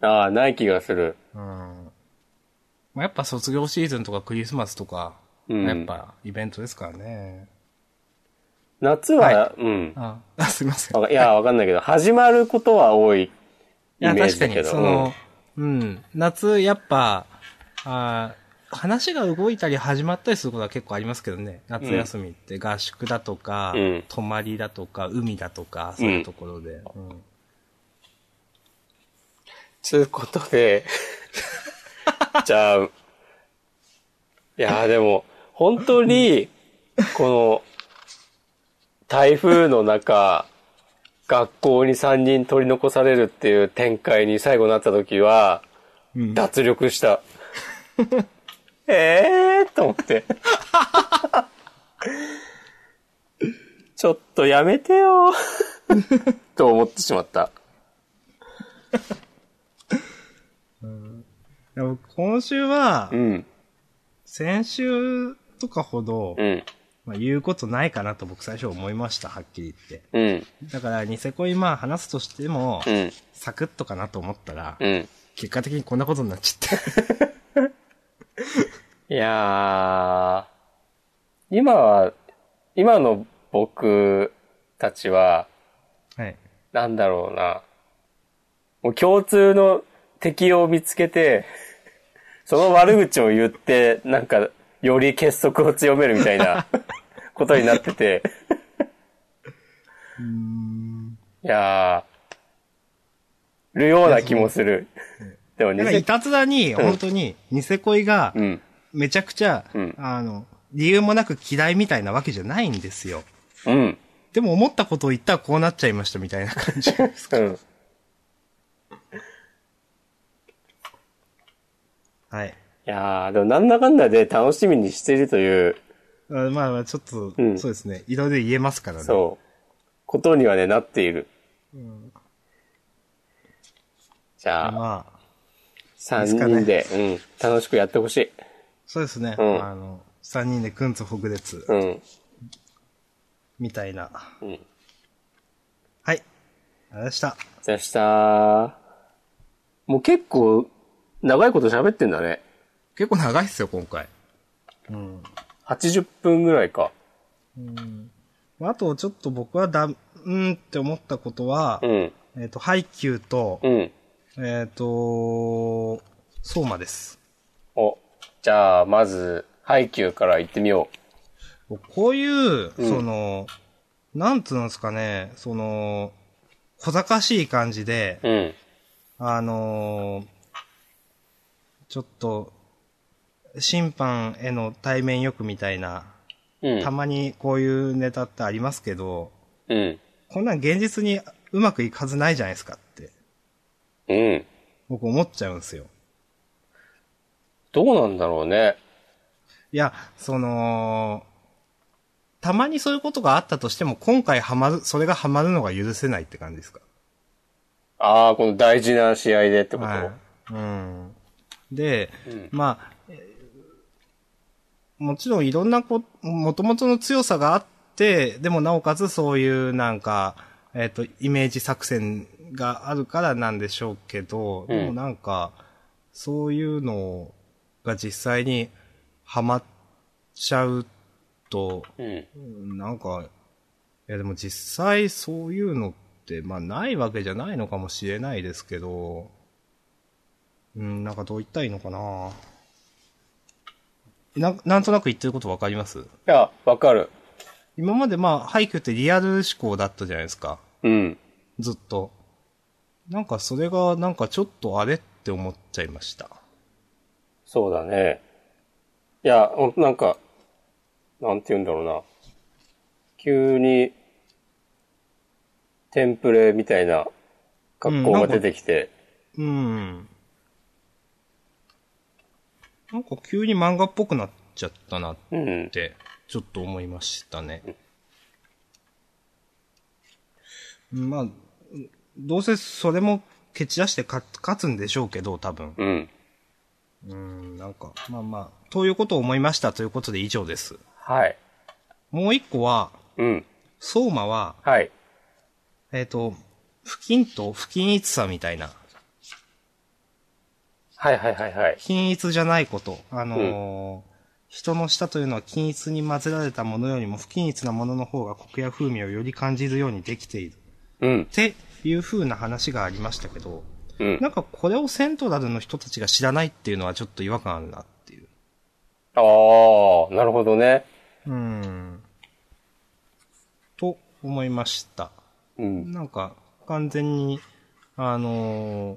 Speaker 2: ああ、ない気がする。
Speaker 1: うん。まあ、やっぱ卒業シーズンとかクリスマスとか、
Speaker 2: うん
Speaker 1: やっぱイベントですからね。
Speaker 2: 夏は、
Speaker 1: は
Speaker 2: うん。
Speaker 1: ああ、すいません。い
Speaker 2: わかいや、わかんないけど、始まることは多いイメ
Speaker 1: や、
Speaker 2: ー
Speaker 1: 確
Speaker 2: ジ
Speaker 1: か
Speaker 2: だけ
Speaker 1: に、
Speaker 2: ど。
Speaker 1: その、うん、夏、やっぱ、あー話が動いたり始まったりすることは結構ありますけどね。夏休みって合宿だとか、
Speaker 2: うん
Speaker 1: 泊まりだとか、海だとか、そういうところで。うん
Speaker 2: つうことで、じゃあ、いやーでも、本当に、この、台風の中、学校に3人取り残されるっていう展開に最後なった時は、
Speaker 1: うん
Speaker 2: 脱力した。 <laughs> えーと思って。ちょっとやめてよ <laughs> と思ってしまった。
Speaker 1: いや僕今週は
Speaker 2: う、ん。
Speaker 1: 先週とかほど
Speaker 2: う、ん。
Speaker 1: まあ、言うことないかなと僕最初思いました、はっきり言って。
Speaker 2: うん。
Speaker 1: だから、ニセコ今話すとしても、
Speaker 2: うん。
Speaker 1: サクッとかなと思ったら、
Speaker 2: うん。
Speaker 1: 結果的にこんなことになっちゃ
Speaker 2: <laughs>
Speaker 1: って。
Speaker 2: いやー、今は、今の僕たちは、
Speaker 1: はい。
Speaker 2: なんだろうな。もう共通の敵を見つけて、その悪口を言って、なんか、より結束を強めるみたい <laughs> なことになってて。いやー、るような気もする。でも、
Speaker 1: だから、
Speaker 2: 偽
Speaker 1: いたずらに、本当に、ニセコイが
Speaker 2: う、ん。
Speaker 1: めちゃくちゃ、
Speaker 2: うん
Speaker 1: あの、理由もなく嫌いみたいなわけじゃないんですよ。
Speaker 2: うん。
Speaker 1: でも思ったことを言ったらこうなっちゃいましたみたいな感
Speaker 2: <laughs>
Speaker 1: じ。
Speaker 2: うん。
Speaker 1: はい。
Speaker 2: いやー、でもなんだかんだで楽しみにしているという、
Speaker 1: あまあまあ、ちょっと、
Speaker 2: うん
Speaker 1: そうですね。いろいろ言えますからね。
Speaker 2: そう、ことにはね、なっている。じゃあ、
Speaker 1: まあ、
Speaker 2: 3
Speaker 1: すかね
Speaker 2: 人で、うん、楽しくやってほしい。
Speaker 1: そうですね。
Speaker 2: うん
Speaker 1: あの、 3人でくんつ北列、
Speaker 2: うん。
Speaker 1: みたいな。
Speaker 2: うん。
Speaker 1: はい。ありがとうございました。
Speaker 2: でした。もう結構、長いこと喋ってんだね。
Speaker 1: 結構長いっすよ、今回。
Speaker 2: 80分ぐらいか。
Speaker 1: まあ、あと、ちょっと僕はだ、うーんって思ったことは
Speaker 2: う、ん。
Speaker 1: えっ、と、ハイキューと、
Speaker 2: うん。
Speaker 1: えっ、と、相馬です。
Speaker 2: お、じゃあ、まず、ハイキューから行ってみよ
Speaker 1: こういう、その、なんつうんですかね、その、小賢しい感じで、
Speaker 2: う。うん。
Speaker 1: あのーちょっと、審判への対面欲みたいな、
Speaker 2: うん。
Speaker 1: たまにこういうネタってありますけど、
Speaker 2: うん。
Speaker 1: こんなん現実にうまくいくはずないじゃないですかって、
Speaker 2: うん。
Speaker 1: 僕思っちゃうんですよ。
Speaker 2: どうなんだろうね。
Speaker 1: いや、その、たまにそういうことがあったとしても、今回ハマる、それがハマるのが許せないって感じですか。
Speaker 2: ああ、この大事な試合でってこと、
Speaker 1: はい、うん。で、
Speaker 2: うん
Speaker 1: まあ、えーもちろんいろんなこ、もともとの強さがあって、でもなおかつそういうなんか、えっ、と、イメージ作戦があるからなんでしょうけど、でもなんか、そういうのが実際にハマっちゃうと、
Speaker 2: うん。
Speaker 1: なんか、いやでも実際そういうのって、まあないわけじゃないのかもしれないですけど、うん、なんかどう言ったらいいのかなななんとなく言ってることわかります
Speaker 2: いや、わかる。
Speaker 1: 今までまあ、廃墟ってリアル思考だったじゃないですか。
Speaker 2: うん。
Speaker 1: ずっと。なんかそれが、なんかちょっとあれって思っちゃいました。
Speaker 2: そうだね。いや、ほんとなんか、なんて言うんだろうな。急に、テンプレみたいな格好が出てきて、
Speaker 1: うん。なんか急に漫画っぽくなっちゃったなっ
Speaker 2: うん。
Speaker 1: って、ちょっと思いましたね。まあ、どうせそれも蹴散らして勝勝つんでしょうけど、多分。
Speaker 2: うん。
Speaker 1: うん、なんか、まあまあ、ということを思いましたということで以上です。
Speaker 2: はい。
Speaker 1: もう一個は、
Speaker 2: うん。
Speaker 1: 相馬は、
Speaker 2: はい。
Speaker 1: えっ、と、不均と不均一さみたいな、
Speaker 2: はいはいはいはい。
Speaker 1: 均一じゃないこと、あのー人の舌というのは均一に混ぜられたものよりも不均一なものの方がコクや風味をより感じるようにできている。
Speaker 2: うん
Speaker 1: っ。ていう風な話がありましたけど、
Speaker 2: うん
Speaker 1: な。んかこれをセントラルの人たちが知らないっていうのはちょっと違和感あるなっていう。
Speaker 2: ああ、なるほどね。
Speaker 1: うん。と思いました。
Speaker 2: うん。
Speaker 1: なんか完全に、あのー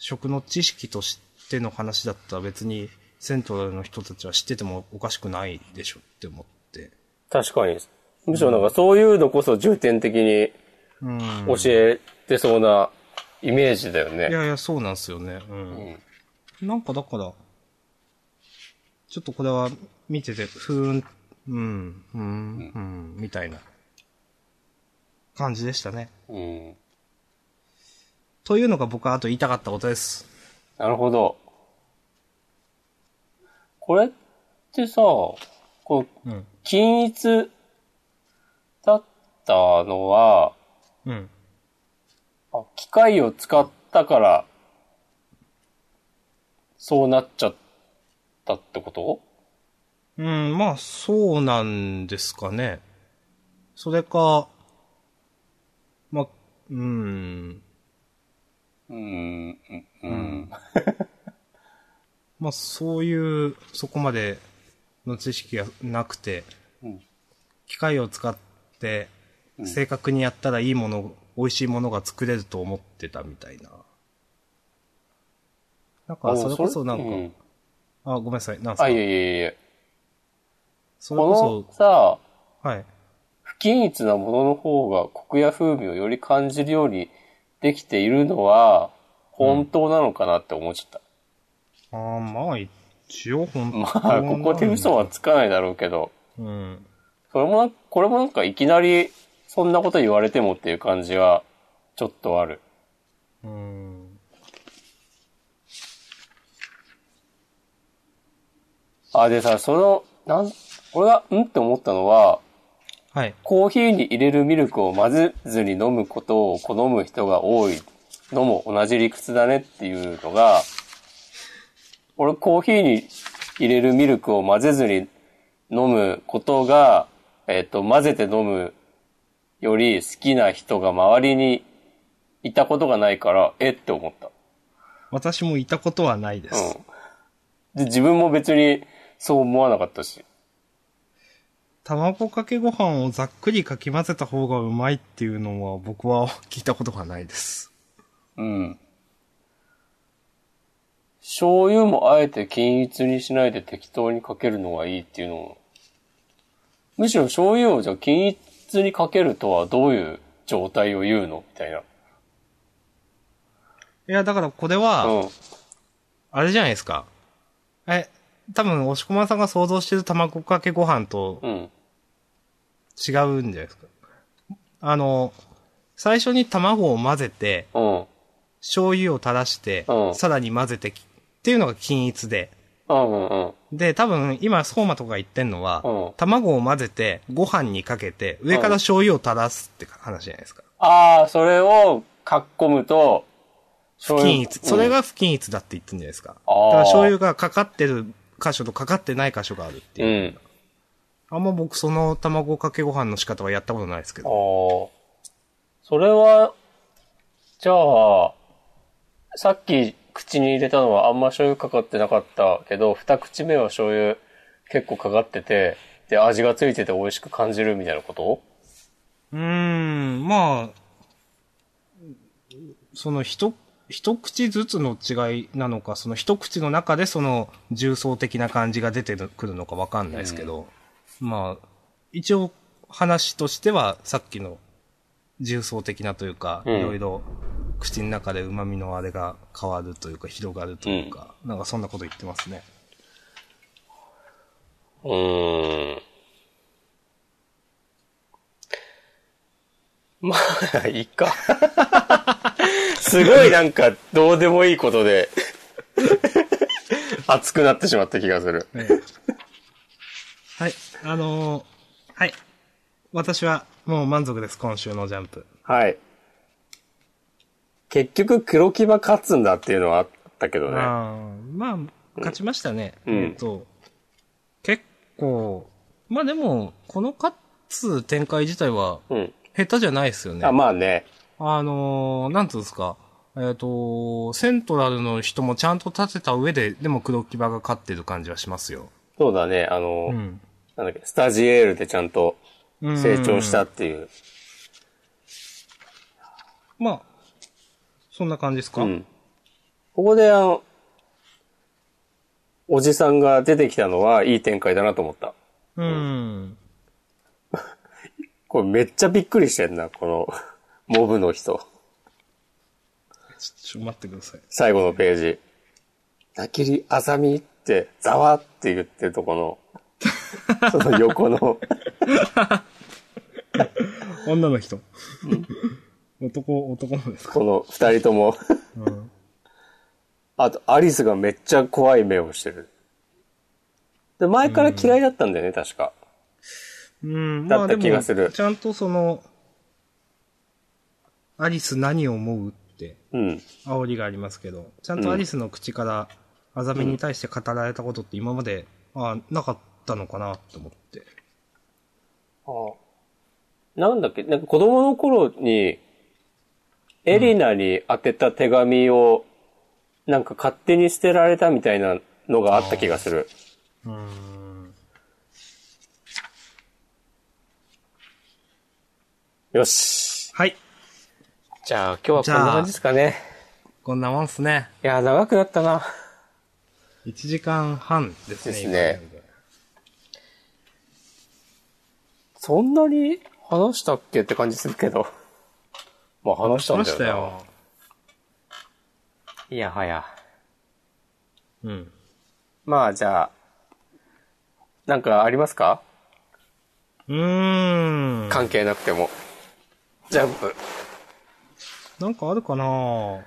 Speaker 1: 食の知識としての話だったら別にセントラルの人たちは知っててもおかしくないでしょって思って。
Speaker 2: 確かに。むしろなんかそういうのこそ重点的に
Speaker 1: うん。
Speaker 2: 教えてそうなイメージだよ
Speaker 1: い
Speaker 2: ね。
Speaker 1: やいや、そうなんですよね。うん。なんかだから、ちょっとこれは見てて、ふーん、うん、うん、うん、みたいな感じでしたね。
Speaker 2: うん。
Speaker 1: というのが僕はあと言いたかったことです。
Speaker 2: なるほど。これってさ、こ
Speaker 1: う
Speaker 2: う、
Speaker 1: ん。
Speaker 2: 均一だったのは、
Speaker 1: うん。
Speaker 2: あ機械を使ったから、そうなっちゃったってこと
Speaker 1: うん、まあ、そうなんですかね。それか、まあ、うん。
Speaker 2: うん、うん、うん。
Speaker 1: <laughs> まあ、そういう、そこまでの知識がなくて、
Speaker 2: うん
Speaker 1: 機械を使って、正確にやったらいいもの、美味しいものが作れると思ってたみたいな。なんか、それこそなんか、
Speaker 2: うん
Speaker 1: あ、ごめんなさい、なんすか
Speaker 2: あ、いえいえいえ。
Speaker 1: それ
Speaker 2: こ
Speaker 1: こ
Speaker 2: のさ、
Speaker 1: そ、はい。
Speaker 2: 不均一なものの方がコクや風味をより感じるようにできているのは、本当なのかなって思っちゃった。
Speaker 1: あーまあ、一応本当
Speaker 2: まあ、ここで嘘はつかないだろうけど、
Speaker 1: うん。
Speaker 2: それもな、これもなんかいきなり、そんなこと言われてもっていう感じは、ちょっとある。
Speaker 1: うん。
Speaker 2: あ、でさ、その、なん、俺が、んって思ったのは、
Speaker 1: はい。
Speaker 2: コーヒーに入れるミルクを混ぜずに飲むことを好む人が多いのも同じ理屈だねっていうのが、俺コーヒーに入れるミルクを混ぜずに飲むことが、えっ、と、混ぜて飲むより好きな人が周りにいたことがないから、えって思った。
Speaker 1: 私もいたことはないです。
Speaker 2: うん。で、自分も別にそう思わなかったし。
Speaker 1: 卵かけご飯をざっくりかき混ぜた方がうまいっていうのは僕は聞いたことがないです。
Speaker 2: うん。醤油もあえて均一にしないで適当にかけるのがいいっていうのも。むしろ醤油をじゃあ均一にかけるとはどういう状態を言うのみたいな。
Speaker 1: いや、だからこれは、
Speaker 2: うん。
Speaker 1: あれじゃないですか。え、多分、押し込まさんが想像してる卵かけご飯と
Speaker 2: うん。
Speaker 1: 違うんじゃないですか。あの、最初に卵を混ぜて、
Speaker 2: うん。
Speaker 1: 醤油を垂らして、
Speaker 2: うん
Speaker 1: さらに混ぜてきっていうのが均一で。
Speaker 2: うんうんうん。
Speaker 1: で、多分、今、相馬とか言ってんのは、
Speaker 2: うん
Speaker 1: 卵を混ぜて、ご飯にかけて、上から醤油を垂らすって話じゃないですか。
Speaker 2: ああ、それをかっこむと、
Speaker 1: 不
Speaker 2: 醤
Speaker 1: 均一。それ
Speaker 2: うん
Speaker 1: が不均一だって言ってんじゃないですか。
Speaker 2: あー
Speaker 1: だから醤油がかかってる箇所とかかってない箇所があるっていうう。
Speaker 2: ん。
Speaker 1: あんま僕その卵かけご飯の仕方はやったことないですけ
Speaker 2: あ
Speaker 1: ど。
Speaker 2: あ。それは、じゃあ、さっき口に入れたのはあんま醤油かかってなかったけど、二口目は醤油結構かかってて、で、味がついてて美味しく感じるみたいなこと
Speaker 1: うーん、まあ、その一、一口ずつの違いなのか、その一口の中でその重層的な感じが出てくるのかわかんないですけど、まあ、一応話としてはさっきの重層的なというか、
Speaker 2: うん
Speaker 1: いろいろ口の中で旨味のあれが変わるというか広がるというか、なんかそんなこと言ってますね。
Speaker 2: うーん。まあ、いいか。すごいなんか、どうでもいいことで、熱くなってしまった気がする。
Speaker 1: ええ <laughs> はい、あのーはい。私はもう満足です、今週のジャンプ。
Speaker 2: はい。結局、黒木場勝つんだっていうのはあったけどね。
Speaker 1: あーまあ、勝ちましたね。
Speaker 2: うん
Speaker 1: えっと、結構、まあでも、この勝つ展開自体は、
Speaker 2: うん。
Speaker 1: 下手じゃないですよね。
Speaker 2: あ、まあね。
Speaker 1: あのーなんつうんですか。えっ、と、セントラルの人もちゃんと立てた上で、でも黒木場が勝ってる感じはしますよ。
Speaker 2: そうだね。あの、
Speaker 1: うん。
Speaker 2: なんだっけ、スタジエールでちゃんと成長したっていう。
Speaker 1: まあ、そんな感じですか、
Speaker 2: うん。ここで、あの、おじさんが出てきたのはいい展開だなと思った。
Speaker 1: うん。
Speaker 2: これめっちゃびっくりしてんな、この、 <laughs> モブの人。
Speaker 1: ちょ、ちょ、待ってください。
Speaker 2: 最後のページ。なきりあざみって、ざわって言ってるとこ
Speaker 1: <laughs>
Speaker 2: の、その横の、
Speaker 1: 女の人。男、男のですか
Speaker 2: この二人とも。あと、アリスがめっちゃ怖い目をしてる。で、前から嫌いだったんだよね、確か。
Speaker 1: うん、
Speaker 2: だった気がする
Speaker 1: まあでもちゃんとその、アリス何を思うって、
Speaker 2: うん。
Speaker 1: 煽りがありますけど、ちゃんとアリスの口から、アザミに対して語られたことって今まで、ああ、なかったのかなと思って。
Speaker 2: なんだっけ、なんか子供の頃に、エリナに宛てた手紙を、なんか勝手に捨てられたみたいなのがあった気がする。
Speaker 1: うん。
Speaker 2: よし。
Speaker 1: はい。
Speaker 2: じゃあ今日は
Speaker 1: こんな感じです
Speaker 2: かね。
Speaker 1: こんなもんっすね。
Speaker 2: いや、長くなったな。
Speaker 1: 1時間半ですね。
Speaker 2: ですね
Speaker 1: 今
Speaker 2: そんなに話したっけって感じするけど。まあ話したん
Speaker 1: ま
Speaker 2: だよ
Speaker 1: し
Speaker 2: な。
Speaker 1: たよ。
Speaker 2: いやはや。
Speaker 1: うん。
Speaker 2: まあじゃあ、なんかありますか
Speaker 1: うーん。
Speaker 2: 関係なくても。ジャンプ。
Speaker 1: なんかあるかな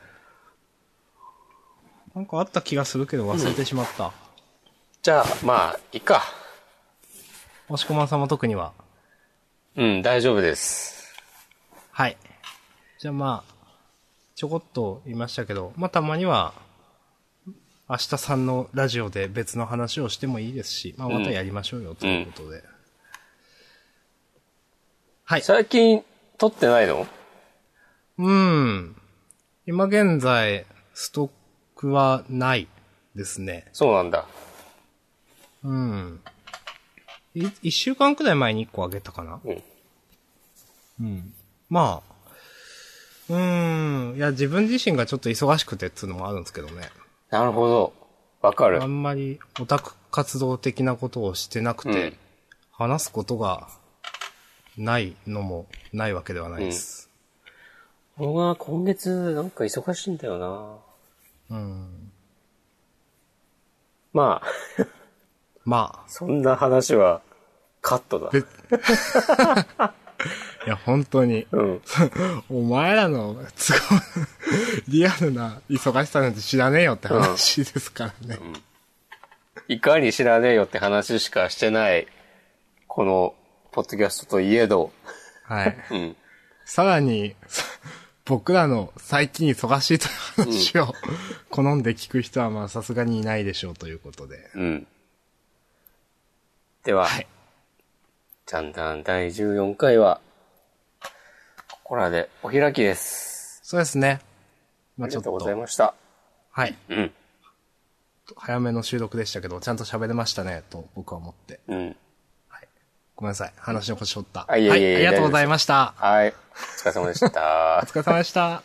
Speaker 1: なんかあった気がするけど忘れてしまった。
Speaker 2: じゃあ、まあ、いいか。
Speaker 1: 押し込まんさんも特には。
Speaker 2: うん、大丈夫です。
Speaker 1: はい。じゃあまあ、ちょこっと言いましたけど、まあたまには、明日さんのラジオで別の話をしてもいいですし、まあまたやりましょうよということで。はい。
Speaker 2: 最近、撮ってないの
Speaker 1: うん。今現在、ストックはないですね。
Speaker 2: そうなんだ。
Speaker 1: うん。い一週間くらい前に一個あげたかな
Speaker 2: うん。
Speaker 1: うん。まあ。うーん。いや、自分自身がちょっと忙しくてっていうのもあるんですけどね。
Speaker 2: なるほど。わかる
Speaker 1: あ。んまりオタク活動的なことをしてなく
Speaker 2: う
Speaker 1: て、
Speaker 2: ん
Speaker 1: 話すことがないのもないわけではないです。
Speaker 2: 僕は今月、なんか忙しいんだよな
Speaker 1: うん。
Speaker 2: まあ、
Speaker 1: ま
Speaker 2: そんな話は、カットだ
Speaker 1: べ。あ、いや、本当に。
Speaker 2: うん。
Speaker 1: お前らの都合、 <laughs> リアルな忙しさなんて知らねえよって話ですからね。
Speaker 2: いかに知らねえよって話しかしてない、この、ポッドキャストといえど、
Speaker 1: はい。
Speaker 2: うん。
Speaker 1: さらに、そ僕らの最近忙しいという話を、好んで聞く人はまあさすがにいないでしょうということで。
Speaker 2: うん。では、
Speaker 1: はい
Speaker 2: じゃんだん第14回は、ここらでお開きです。
Speaker 1: そうですね。ま
Speaker 2: あ
Speaker 1: あ
Speaker 2: り
Speaker 1: ちょ
Speaker 2: が
Speaker 1: っ
Speaker 2: と
Speaker 1: と
Speaker 2: うございました。
Speaker 1: はい。
Speaker 2: うん。
Speaker 1: 早めの収録でしたけど、ちゃんと喋れましたね、と僕は思って。
Speaker 2: うん。
Speaker 1: ごめんなさい。話の腰折った。
Speaker 2: あ
Speaker 1: はい
Speaker 2: えいえ
Speaker 1: い、ありがとう
Speaker 2: 大丈夫
Speaker 1: ご
Speaker 2: です
Speaker 1: ざいました。
Speaker 2: はい。お疲れ様でした
Speaker 1: お。疲れ様でした。